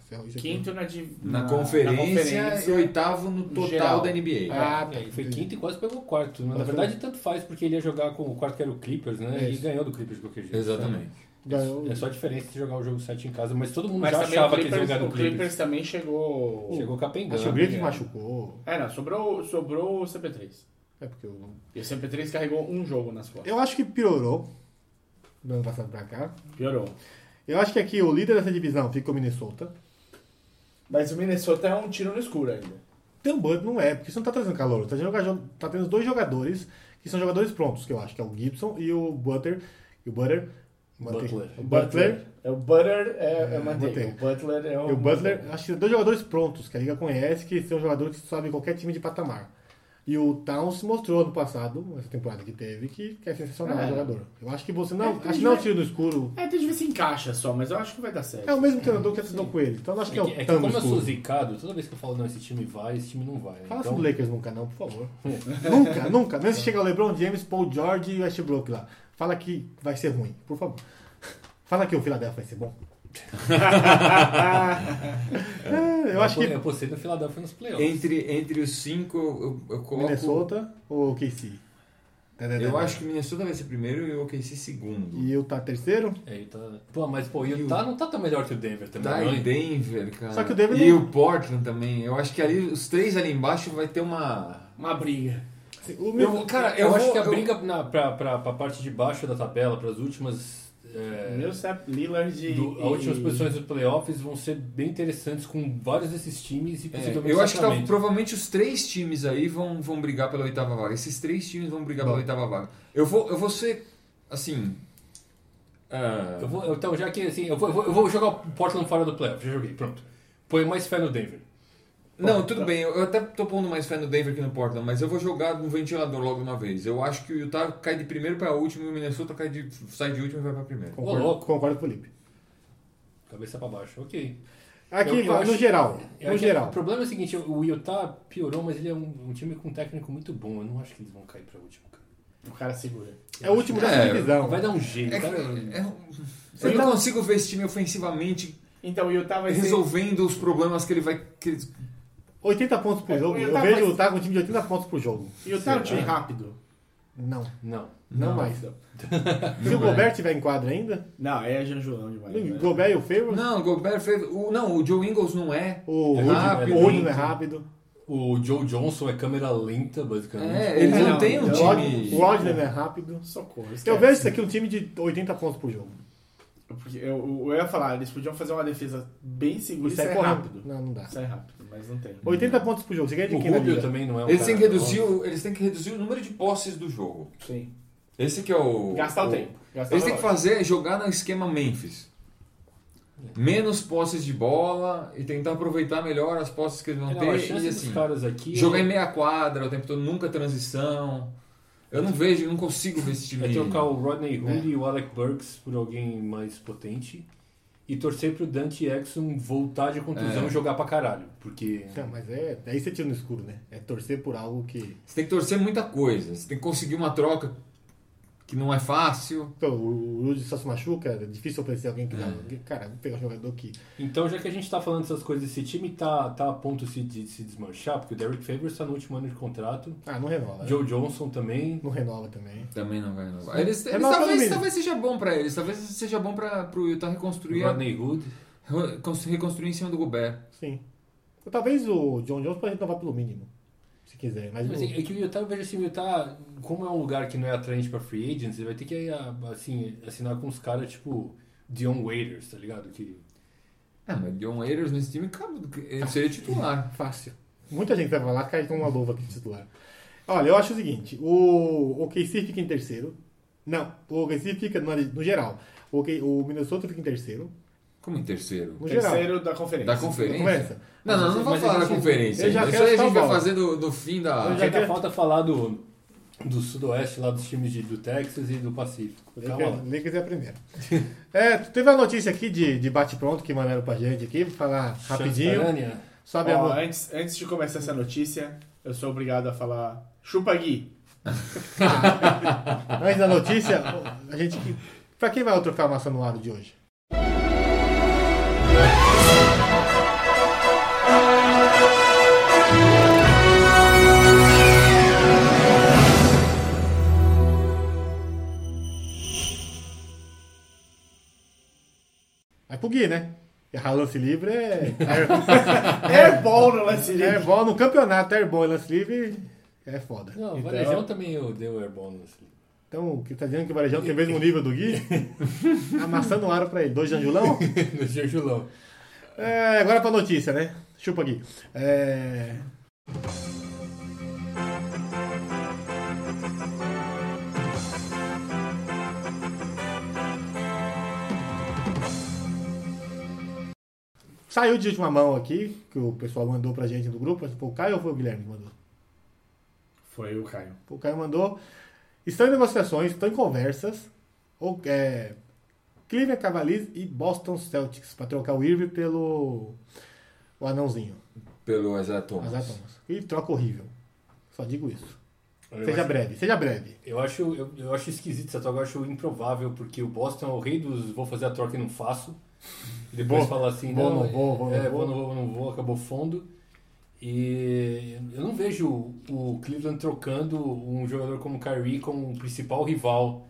B: Ferro, isso é aqui.
D: Quinto na, di-
C: Na, conferência, e
D: Ah, conferência.
C: oitavo no total
D: geral.
C: da NBA.
B: Ah, tá.
A: É, ele foi quinto e quase pegou o quarto. né? Na
B: Mas foi-
A: verdade, tanto faz, porque ele ia jogar com o quarto que era o Clippers, né?
B: É
A: E
B: isso.
A: ganhou do Clippers de qualquer jeito.
C: Exatamente.
B: Ganhou.
A: É só a diferença de jogar o jogo 7 em casa, mas todo mundo
D: Mas
A: já
D: também
A: achava
D: o
A: que eles iam
D: Clippers,
A: ganhar
D: o
A: do Clippers.
D: Clippers também chegou...
A: Chegou capengando. né?
B: Acho que o Griffith machucou.
D: É, não, sobrou, sobrou o CP3.
B: É porque eu...
D: E o CP3 carregou um jogo nas costas.
B: eu acho que piorou do ano passado pra cá.
D: Piorou.
B: Eu acho que aqui o líder dessa divisão fica o Minnesota.
D: Mas o Minnesota é um tiro no escuro ainda.
B: Também não é, porque você não tá trazendo calor. Tá, jogando, tá tendo dois jogadores que são jogadores prontos, que eu acho, que é o Gibson e o Butter. E o Butter.
A: Butler.
B: O Butler.
D: É o Butter é, é, manteiga.
B: manteiga.
D: O Butler é o...
B: E o Butler, acho que são dois jogadores prontos, que a Liga conhece, que são jogadores que sobem qualquer time de patamar. E o Towns se mostrou no passado, essa temporada que teve, que, que é sensacional
D: É.
B: jogador. Eu acho que você não.
D: É,
B: acho que não é um tiro no escuro.
D: É, tem que ver se encaixa só, mas eu acho que vai dar certo.
B: É o mesmo treinador que assinou com ele. Então eu não acho que é,
A: É que, é
B: o
A: que
B: tamo
A: como eu
B: escuro.
A: sou zicado, toda vez que eu falo, não, esse time vai, esse time não vai. né?
B: Fala
A: então,
B: sobre o Lakers nunca, não, por favor. nunca, nunca. Mesmo se chegar o LeBron James, Paul George e Westbrook lá. Fala que vai ser ruim, por favor. Fala que o Philadelphia vai ser bom. É, eu acho
A: eu
B: que
A: apostei no Philadelphia nos
D: Então,
A: playoffs.
C: Entre, entre os cinco, eu, eu coloco.
B: Minnesota ou Tá, KC?
C: Eu acho que Minnesota vai ser primeiro e o OKC segundo.
B: E eu tá terceiro?
A: É, Utah- Pô, mas pô, o Utah não tá tão melhor que o Denver também,
C: Tá
A: não
C: em
A: é?
C: Denver, cara.
B: Só que o Denver
C: E
B: não-
C: o Portland também. Eu acho que ali, os três ali embaixo vai ter uma.
D: Uma briga.
B: O
C: Eu, cara,
A: Eu,
C: eu,
A: acho
C: vou-
A: que a
C: eu-
A: briga na, pra, pra, pra parte de baixo da tabela, pras últimas. é,
D: Meu Sap Lillard e...
A: do- as
D: e-
A: últimas posições dos playoffs vão ser bem interessantes com vários desses times e
C: É,
A: possivelmente
C: eu acho que tá-
A: Sacramento.
C: provavelmente os três times aí vão, vão brigar pela oitava vaga. Esses três times vão brigar pela oitava vaga. Eu vou, eu vou ser, assim... ah,
A: Eu vou, eu- então, já que assim, eu vou, eu vou- eu vou jogar o Portland fora do playoff, já joguei, pronto. Põe mais fé no Denver.
C: não, tudo bem. Eu eu até tô pondo mais fé no Denver que no Portland, mas eu vou jogar no ventilador logo de uma vez. Eu acho que o Utah cai de primeiro pra último e o Minnesota cai de, sai de último e vai pra primeiro.
A: Ô,
B: Concordo,
A: louco.
B: concordo com o Felipe.
A: Cabeça pra baixo, ok.
B: Aqui,
A: Eu- eu
B: vai, no
A: acho-
B: geral.
A: É
B: No
A: que O
B: geral.
A: problema é o seguinte, o Utah piorou, mas ele é um, um time com um técnico muito bom. Eu não acho que eles vão cair pra último, cara.
D: O cara segura.
B: É o último dessa
C: É,
B: divisão.
A: Vai dar um jeito,
C: É que-
A: cara.
C: é um- eu
A: tá-
C: não consigo ver esse time ofensivamente
D: Então, o Utah vai ser...
C: resolvendo os problemas que ele vai. que ele-
B: 80 pontos por
D: É,
B: jogo.
D: eu
B: Eu
D: tava-
B: vejo o Utah com um time de 80 pontos por jogo.
D: Utah é um time rápido.
B: Não.
A: Não.
B: Não, mais.
D: Então.
B: Se o Gobert estiver em quadra ainda,
D: Não, aí é Janjulão demais.
B: o
D: né?
B: Gobert e o Favor,
C: Não, o Gobert fez. O, não, o Joe Ingles não é.
B: o
C: É
B: Rudy-
C: rápido,
B: o Rudy
C: lento.
B: não é rápido,
A: O Joe Johnson é câmera lenta, basicamente.
C: É, eles não,
D: Não,
C: têm um
B: o
D: então-
C: time.
B: Rodney- o Rodney não é rápido.
D: Socorro. esquece.
B: Eu vejo isso aqui um time de 80 pontos por jogo.
D: Porque eu, eu ia falar, eles podiam fazer uma defesa bem segura e
B: Isso é
D: sair
B: rápido.
D: rápido.
B: Não, não dá.
D: Sai rápido, mas não tem.
B: 80 pontos por jogo. Você ganha de
A: O
B: quem na
A: Rubio
B: liga?
A: também não é um
C: Eles
A: cara
C: têm, que reduzir
A: veloz.
C: o, eles têm que reduzir o número de posses do jogo.
D: Sim.
C: Esse que é o.
D: Gastar o tempo. Gastar
C: Eles
D: o
C: têm que
D: relógio.
C: fazer é jogar no esquema Memphis. Menos posses de bola e tentar aproveitar melhor as posses que eles vão
A: Não, a
C: ter.
A: chance
C: E
A: dos
C: assim,
A: caras aqui
C: jogar em
A: é,
C: meia quadra o tempo todo, nunca transição. Eu não vejo, não consigo ver esse time.
A: é trocar o Rodney Hood e o Alec Burks por alguém mais potente e torcer pro Dante Exum voltar de contusão
C: É.
A: e jogar pra caralho. Porque
B: Não, mas é. Daí você tira no escuro, né? É torcer por algo que.
C: Você tem que torcer muita coisa. Você tem que conseguir uma troca que não é fácil.
B: Então, o Rudy só se machuca, é difícil oferecer alguém que dá. Cara, vou pegar um jogador que.
A: Então, já que a gente tá falando essas coisas, esse time tá, tá a ponto de se, de se desmanchar, porque o Derek Favors tá no último ano de contrato,
B: Ah, não renova. né?
A: Joe Johnson também.
B: Não renova também.
C: Também não vai renovar.
A: É
C: Eles, eles
B: Renova pelo
C: talvez,
B: mínimo.
C: talvez seja bom pra eles. Talvez seja bom para pro Utah reconstruir, a-
A: Rodney Hood.
C: reconstru- reconstruir em cima do Gobert.
B: Sim. Ou talvez o John Jones pode renovar pelo mínimo. Se quiser. Mas,
A: Mas
B: o-
A: é é que o Utah, eu vejo assim, o Utah, como é um lugar que não é atraente pra free agents, ele vai ter que ah, assim, assinar com uns caras tipo Dion Waiters, tá ligado? Que
C: Ah, mas John Ayers nesse time cara, ele eh, seria titular.
B: Fácil. Muita gente vai falar, cai com uma luva aqui de titular. Olha, eu acho o seguinte: o OKC fica em terceiro. Não, o OKC fica no, no geral. O, OK o Minnesota fica em terceiro.
C: Como em terceiro?
B: No geral. Então,
D: Terceiro da conferência.
C: Da conferência?
B: Conversa.
C: Não, não, não vou
A: Mas a
C: falar da
A: gente-
C: conferência.
B: eu assim, já
C: ainda. Isso
B: quero
C: aí a
B: essa
C: gente vai
B: bola.
C: fazer no, no fim da.
B: Eu já
A: ainda tá
B: quero-
A: falta falar do, do Sudoeste, lá dos times de- do Texas e do Pacífico.
D: Tá
A: Calma lá.
B: Lakers, Lakers é a primeira. é, teve uma notícia aqui de, de bate-pronto que mandaram pra gente aqui, vou falar rapidinho.
A: Transparência.
B: Sobe a
D: né? Ó,
B: mão.
D: antes, antes de começar essa notícia, eu sou obrigado a falar. Chupa Gui.
B: Antes da notícia, a gente. Pra quem vai o trocar massa no ar de hoje? Vai pro Gui, né? Errar lance livre é.
D: Airball É no lance livre.
B: Airball no campeonato, airball e lance livre é foda.
A: Não, o
B: Então-
A: Varejão também eu dei o assim. airball nesse livro.
B: Então, o que tá dizendo que o Varejão tem o mesmo nível do Gui? Amassando o aro pra ele. Dois Janjulão?
A: no Jejulão.
B: É, agora pra notícia, né? Chupa aqui. É... Saiu de última mão aqui, que o pessoal mandou pra gente do grupo. Foi o Caio ou foi o Guilherme que mandou?
D: Foi o Caio.
B: O Caio mandou. Estão em negociações, estão em conversas. Ou, é, Cleveland Cavaliers e Boston Celtics para trocar o Irving pelo o anãozinho,
C: Pelo Isaiah
B: o
C: Thomas.
B: Isaiah Thomas. E troca horrível. Só digo isso.
A: Eu
B: seja
A: acho-
B: breve, seja breve.
A: Eu acho, eu, eu acho esquisito essa troca, eu acho improvável, porque o Boston é o rei dos vou fazer a troca e não faço. E depois
B: Vou,
A: fala assim,
B: vou,
A: não,
B: não vou, vou, não
A: é,
B: vou.
A: vou, não vou, não vou, acabou fundo. E eu não vejo o Cleveland trocando um jogador como o Kyrie como o principal rival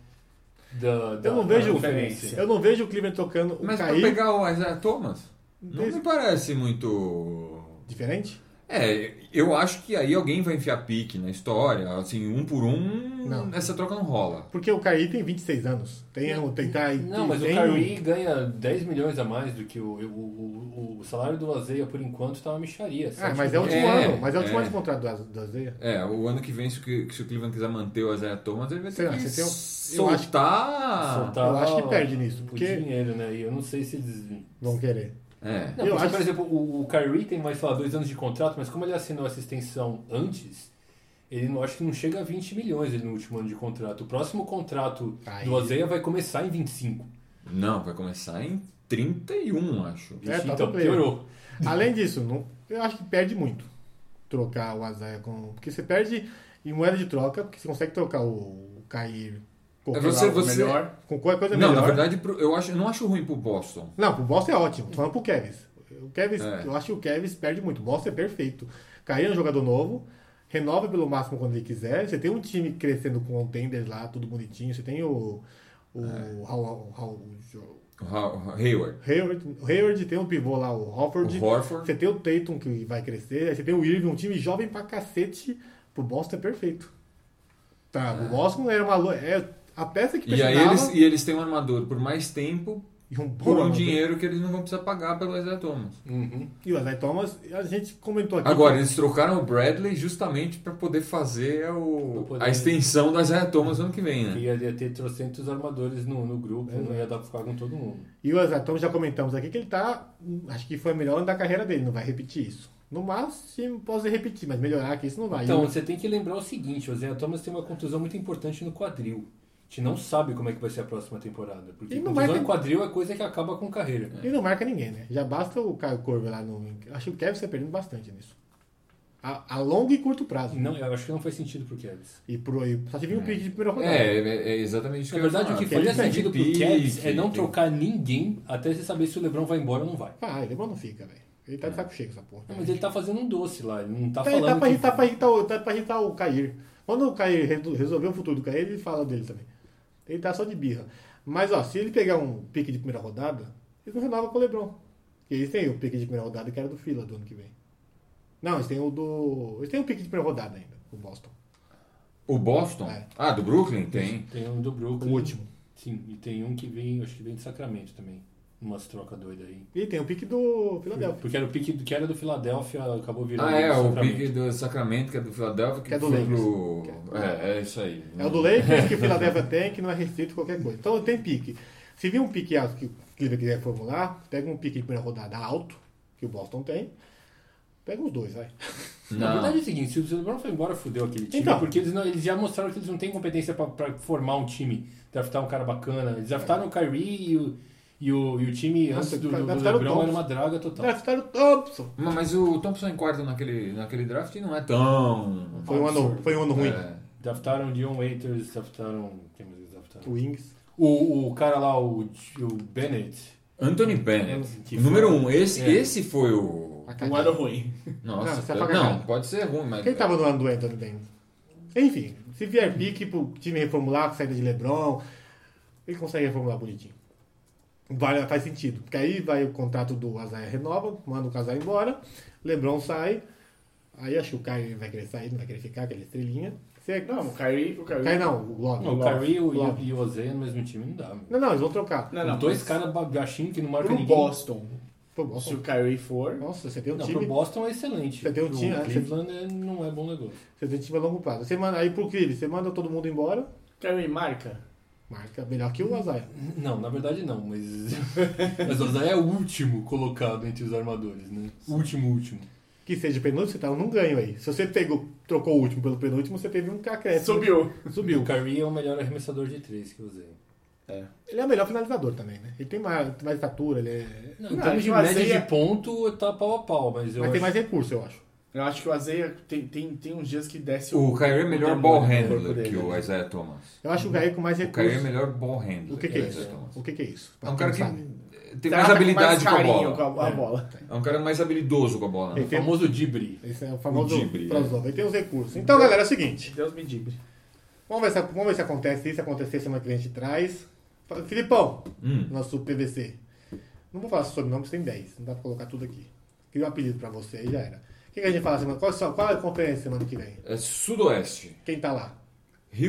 A: da, da,
B: Eu não
A: da
B: vejo,
A: conferência.
B: eu não vejo o Cleveland tocando o
C: Mas tá pra
B: Caí
C: pegar o Isaiah Thomas, não
B: Desse-
C: me parece muito.
B: diferente.
C: É, eu acho que aí alguém vai enfiar pique na história. Assim, um por um,
B: Não.
C: essa troca não rola.
B: Porque o Caí tem 26 anos. Tem tá o tentar
A: Não, mas o
B: tem,
A: Kyrie ganha 10 milhões a mais do que o, o, o, o salário do Lazeia por enquanto tá uma mixaria.
B: Ah,
A: sete
B: mas é o
A: milhões.
B: último
C: É,
B: ano, mas é o último
C: é.
B: ano de contrato do Az- do Azeia.
C: É, o ano que vem, se o, que- se o Cleveland quiser manter o Isaiah Thomas, ele vai ter
B: Sei lá,
C: que
B: você tem um- eu
C: soltar...
B: acho
A: Soltar
B: eu acho que
A: o-
B: perde nisso, porque-
A: O dinheiro, né? E eu não sei se eles...
B: Vão querer.
C: É.
A: Não,
B: Eu
A: porque,
B: acho-
A: por exemplo, o, o Kyrie tem mais, sei lá, dois anos de contrato, mas como ele assinou essa extensão antes, ele não, acho que não chega a 20 milhões ele no último ano de contrato. O próximo contrato
B: Aí.
A: do Azeia vai começar em 25.
C: Não, vai começar em 31, acho.
B: É,
A: Vixe,
B: tá
A: então
B: no player.
A: piorou.
B: Além disso, não- eu acho que perde muito trocar o Azaia com. Porque você perde em moeda de troca, porque você consegue trocar o, cair
C: É
B: qualquer
C: você,
B: algo
C: você...
B: melhor. Com qualquer coisa
C: Não,
B: é melhor.
C: na verdade, pro- eu, acho, eu não acho ruim pro Boston.
B: Não, pro Boston é ótimo. Tô falando pro Kevs. O Kevs,
C: É.
B: eu acho que o Kevs perde muito. O Boston é perfeito. Cair um jogador novo, renova pelo máximo quando ele quiser. Você tem um time crescendo com contenders lá, tudo bonitinho. Você tem o. O,
C: É.
B: Howard- o, Howard-
C: O Ha- o Hayward.
B: Hayward, o Hayward tem um pivô lá, o Horford.
C: O Horford.
B: Você tem o Tatum que vai crescer. Aí você tem o Irving, um time jovem pra cacete. Pro Boston é perfeito. Tá, o Boston era uma. lo- É a peça que
C: É. E aí
B: precisava
C: eles, e eles têm um armador por mais tempo,
B: e um bom
C: por um
B: armador.
C: dinheiro que eles não vão precisar pagar pelo Isaiah Thomas.
B: E o Isaiah Thomas, a gente comentou aqui.
C: Agora, eles trocaram o Bradley justamente para poder fazer o,
A: Pra poder-
C: a extensão do Isaiah Thomas ano que vem, né?
A: Ia, ia ter trocentos armadores no, no grupo,
B: É, né?
A: não ia dar pra ficar com todo mundo.
B: E o Azaton já comentamos aqui que ele tá. Acho que foi o melhor ano da carreira dele, não vai repetir isso. No máximo, posso repetir, mas melhorar que isso não vai.
A: Então,
B: E o-
A: você tem que lembrar o seguinte, o Isaiah Thomas tem uma contusão muito importante no quadril. A gente não sabe como é que vai ser a próxima temporada. Porque
B: E não vai
A: contusão
B: ter-
A: em quadril é coisa que acaba com carreira.
B: e não marca ninguém, né? Já basta o Caio Corvo lá no. Acho que o Kevin está perdendo bastante nisso. A, a longo e curto prazo. né?
A: Não, eu acho que não faz sentido pro Cavs.
B: E por aí. Só tive um pick de primeira rodada.
C: É, é, é exatamente isso
A: Na
C: que eu ia
A: verdade, o
C: falar.
A: que
C: Tem
A: faria
C: que
A: sentido pro
C: pique,
A: Cavs é não
C: tem-
A: trocar ninguém até você saber se o LeBron vai embora ou não vai.
B: Ah, ele não fica, velho. Ele tá de saco cheio com essa porra.
C: É.
A: Não, mas ele É. tá fazendo um doce lá, ele não tá
B: Tá,
A: falando
B: tá, pra
A: que-
B: irritar, pra irritar, o- tá pra irritar o Cair. Quando o Cair re- resolver o futuro do Cair, ele fala dele também. Ele tá só de birra. Mas, ó, se ele pegar um pique de primeira rodada, ele não renova com o Lebron. Porque eles têm o pique de primeira rodada que era do Fila do ano que vem. Não, eles têm o do. Eles têm o pique de primeira rodada ainda, o Boston.
C: O Boston?
B: É.
C: Ah, do Brooklyn? Tem.
A: Tem um do Brooklyn.
B: O último.
A: Sim, e tem um que vem, acho que vem de Sacramento também. Umas trocas doidas aí.
B: E tem o pique do Philadelphia.
A: Porque era o pique do- que era do Filadélfia, acabou virando
C: Ah, é,
A: do
C: o
A: Sacramento.
C: pique do Sacramento, que é do Philadelphia, que,
B: Que é do
C: foi
B: Lakers.
C: pro... É, é isso aí.
B: É o do Lakers que o Philadelphia tem, que não é restrito a qualquer coisa. Então tem pique. Se vir um pique alto que o Cleveland quiser formular, pega um pique de primeira rodada alto, que o Boston tem. Pega os dois, vai.
A: Na
C: Não.
A: verdade é o seguinte, se o LeBron foi embora, fudeu aquele time.
B: Então.
A: Porque eles, não- eles já mostraram que eles não têm competência pra- pra formar um time. Draftar um cara bacana. Eles draftaram o Kyrie e o, e o, e o time
B: Nossa,
A: antes do, do, do
B: draftaram É. o
A: LeBron era
B: Thompson.
A: uma draga total.
B: Draftaram o Thompson.
C: Mas- Mas o Thompson em quarto naquele, naquele draft não é tão...
B: Foi um ano, foi um ano ruim.
C: É.
A: Draftaram o Dion Waiters, draftaram... Quem mais eles draftaram?
B: O Wings.
A: O, o cara lá, o, o Bennett.
C: Anthony Bennett,
A: Que
C: número
A: foi-
C: um. Esse,
A: É.
C: esse foi o...
D: Não era ruim.
C: Nossa,
B: Não, você
C: pe-
B: apaga a
C: não,
B: cara.
C: pode ser ruim, mas...
B: Quem tava no ano do Anthony Davis? Enfim, se vier pique pro time reformular, com saída de Lebron, ele consegue reformular bonitinho. Vale, faz sentido. Porque aí vai o contrato do Azaia renova, manda o casal embora, Lebron sai, aí acho que o Kai vai querer sair, não vai querer ficar, aquela estrelinha. Você,
D: Não,
B: não,
D: o Kyrie... O Kyrie
B: Kai não, o Ah, Love.
A: Não, o
B: Love,
A: Kyrie e o-
B: Love.
A: e o Ozei no mesmo time não dá. meu.
B: Não, não, eles vão trocar.
D: Não, não,
A: dois
D: mas
A: caras baixinhos que não marcam
D: Pro
A: ninguém.
D: Boston,
B: Pô,
D: se
B: Boston.
D: o Kyrie for...
B: Nossa, você tem um
A: Não,
B: time.
A: pro Boston é excelente.
B: Você tem um
A: pro
B: time, né?
A: Cleveland é- não é bom negócio.
B: Você tem um time a longo prazo. Você manda, aí pro Cleveland, você manda todo mundo embora,
D: Kyrie marca.
B: marca melhor que o Azaia.
A: Não, na verdade não, mas. mas o Zay é o último colocado entre os armadores, né? Último, último.
B: que seja penúltimo, você tá num ganho aí. Se você pegou, trocou o último pelo penúltimo, você teve um acréscimo.
D: Subiu.
A: Subiu. O Kyrie é o melhor arremessador de três que eu usei.
B: Ele é o melhor finalizador também, né? Ele tem mais, mais estatura, ele é...
A: Não,
D: Não,
A: em
D: é
A: termos
D: que
A: de
D: o
A: média
D: Isaiah-
A: de ponto, tá pau a pau, mas eu.
B: Mas
A: acho-
B: tem mais recurso, eu acho.
D: Eu acho que o Azeia tem, tem, tem uns dias que desce
C: O Kyrie é melhor ball
D: demônio no corpo
C: handler
D: dele,
C: que o
D: né?
C: Isaiah Thomas.
B: Eu acho o Gaia com mais
C: O Kyrie é
B: recurso.
C: melhor ball handler
B: O que que é
C: o
B: isso?
C: Isaiah Thomas.
B: O que que é isso?
C: É um cara que
B: Pra quem não sabe.
C: tem
D: Tá
C: mais
D: com
C: habilidade com a
D: carinho
C: bola.
D: com a- a bola.
C: É um cara mais habilidoso com a bola. né?
A: O famoso Dibri.
B: Esse é o famoso
C: O drible,
B: Prozov. Ele tem os recursos. Então, galera, é o seguinte.
D: Deus me dibre.
B: Vamos ver se, vamos ver se acontece isso. Se acontecer semana que vem a gente traz. Fala- Filipão,
C: Hum.
B: nosso PVC. Não vou falar sobre nome, porque tem 10. Não dá pra colocar tudo aqui. Cria um apelido pra você e já era. O que, que a gente fala semana? Qual, qual é a conferência semana que vem?
C: É sudoeste.
B: Quem tá lá?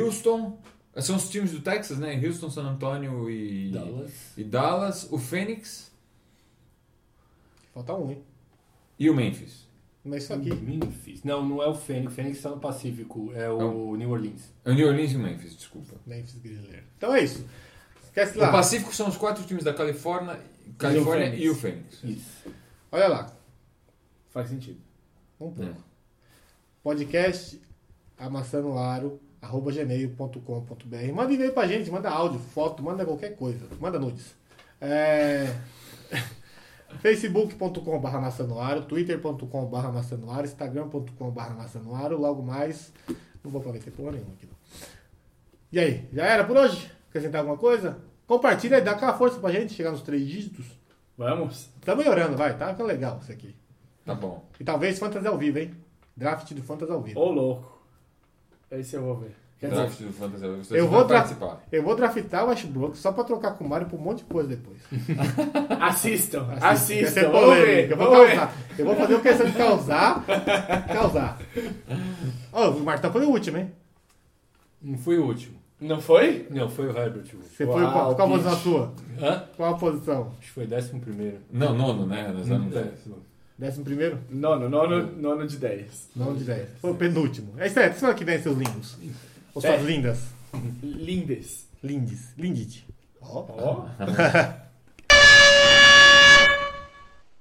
C: Houston. é, São os times do Texas, né? Houston, San Antonio e
A: Dallas.
C: e Dallas, o Phoenix
B: Falta um, hein?
C: e o Memphis.
B: Mas isso
D: Hum.
B: aqui.
A: Memphis. Não, não é o Fênix. Fênix tá no Pacífico, é o New Orleans.
C: É o New Orleans e o Memphis, desculpa.
B: Memphis Grizzlies. Então é isso. Esquece
C: O
B: lá.
C: Pacífico são os quatro times da Califórnia, Califórnia
D: Phoenix.
C: e o Phoenix.
A: Isso.
B: Olha lá.
D: Faz sentido.
B: Um pouco.
C: É.
B: Podcast amassando aro arroba gmail.com.br manda e-mail pra gente, manda áudio, foto, manda qualquer coisa, manda nudes é... facebook.com barra maçanoaro twitter.com barra maçanoaro instagram.com barra maçanoaro, logo mais não vou prometer porra nenhuma aqui não. E aí, já era por hoje? Acrescentar alguma coisa? Compartilha e dá aquela força pra gente chegar nos três dígitos.
D: Vamos?
B: Tá melhorando, vai, tá ficando legal isso aqui.
C: Tá bom.
B: E talvez Fantasy ao vivo, hein? Draft do Fantasy ao vivo.
D: Ô, louco. Esse eu vou ver. Quer dizer,
C: Draft do Fantasy. Você
B: Eu
C: vai
B: vou, dra-
C: participar.
B: eu vou draftar o Westbrook só pra trocar com o Mario por um monte de coisa depois.
D: assistam,
B: Vai ser
D: assistam. Vamos ver.
B: é polêmica, eu vou
D: Vamos ver.
B: causar. Eu vou fazer uma questão de causar. causar. Ó, o Martão foi o último, hein?
A: Não foi o último.
D: Não foi?
A: Não, foi o Herbert. o último.
B: Você foi
D: Uau,
B: qual, qual a posição
D: bicho.
B: sua?
A: Hã?
B: Qual a posição?
A: Acho que foi décimo primeiro. É.
C: Não, nono, né? Nós
A: Hum.
C: éramos dez.
B: Décimo primeiro?
D: Nono, nono, nono de 10.
B: Não de dez. Foi o penúltimo. É isso aí, semana que vem, seus lindos.
D: É.
B: Ou suas lindas.
D: Lindes.
B: Lindes. Lindite. Ó.
D: Ó.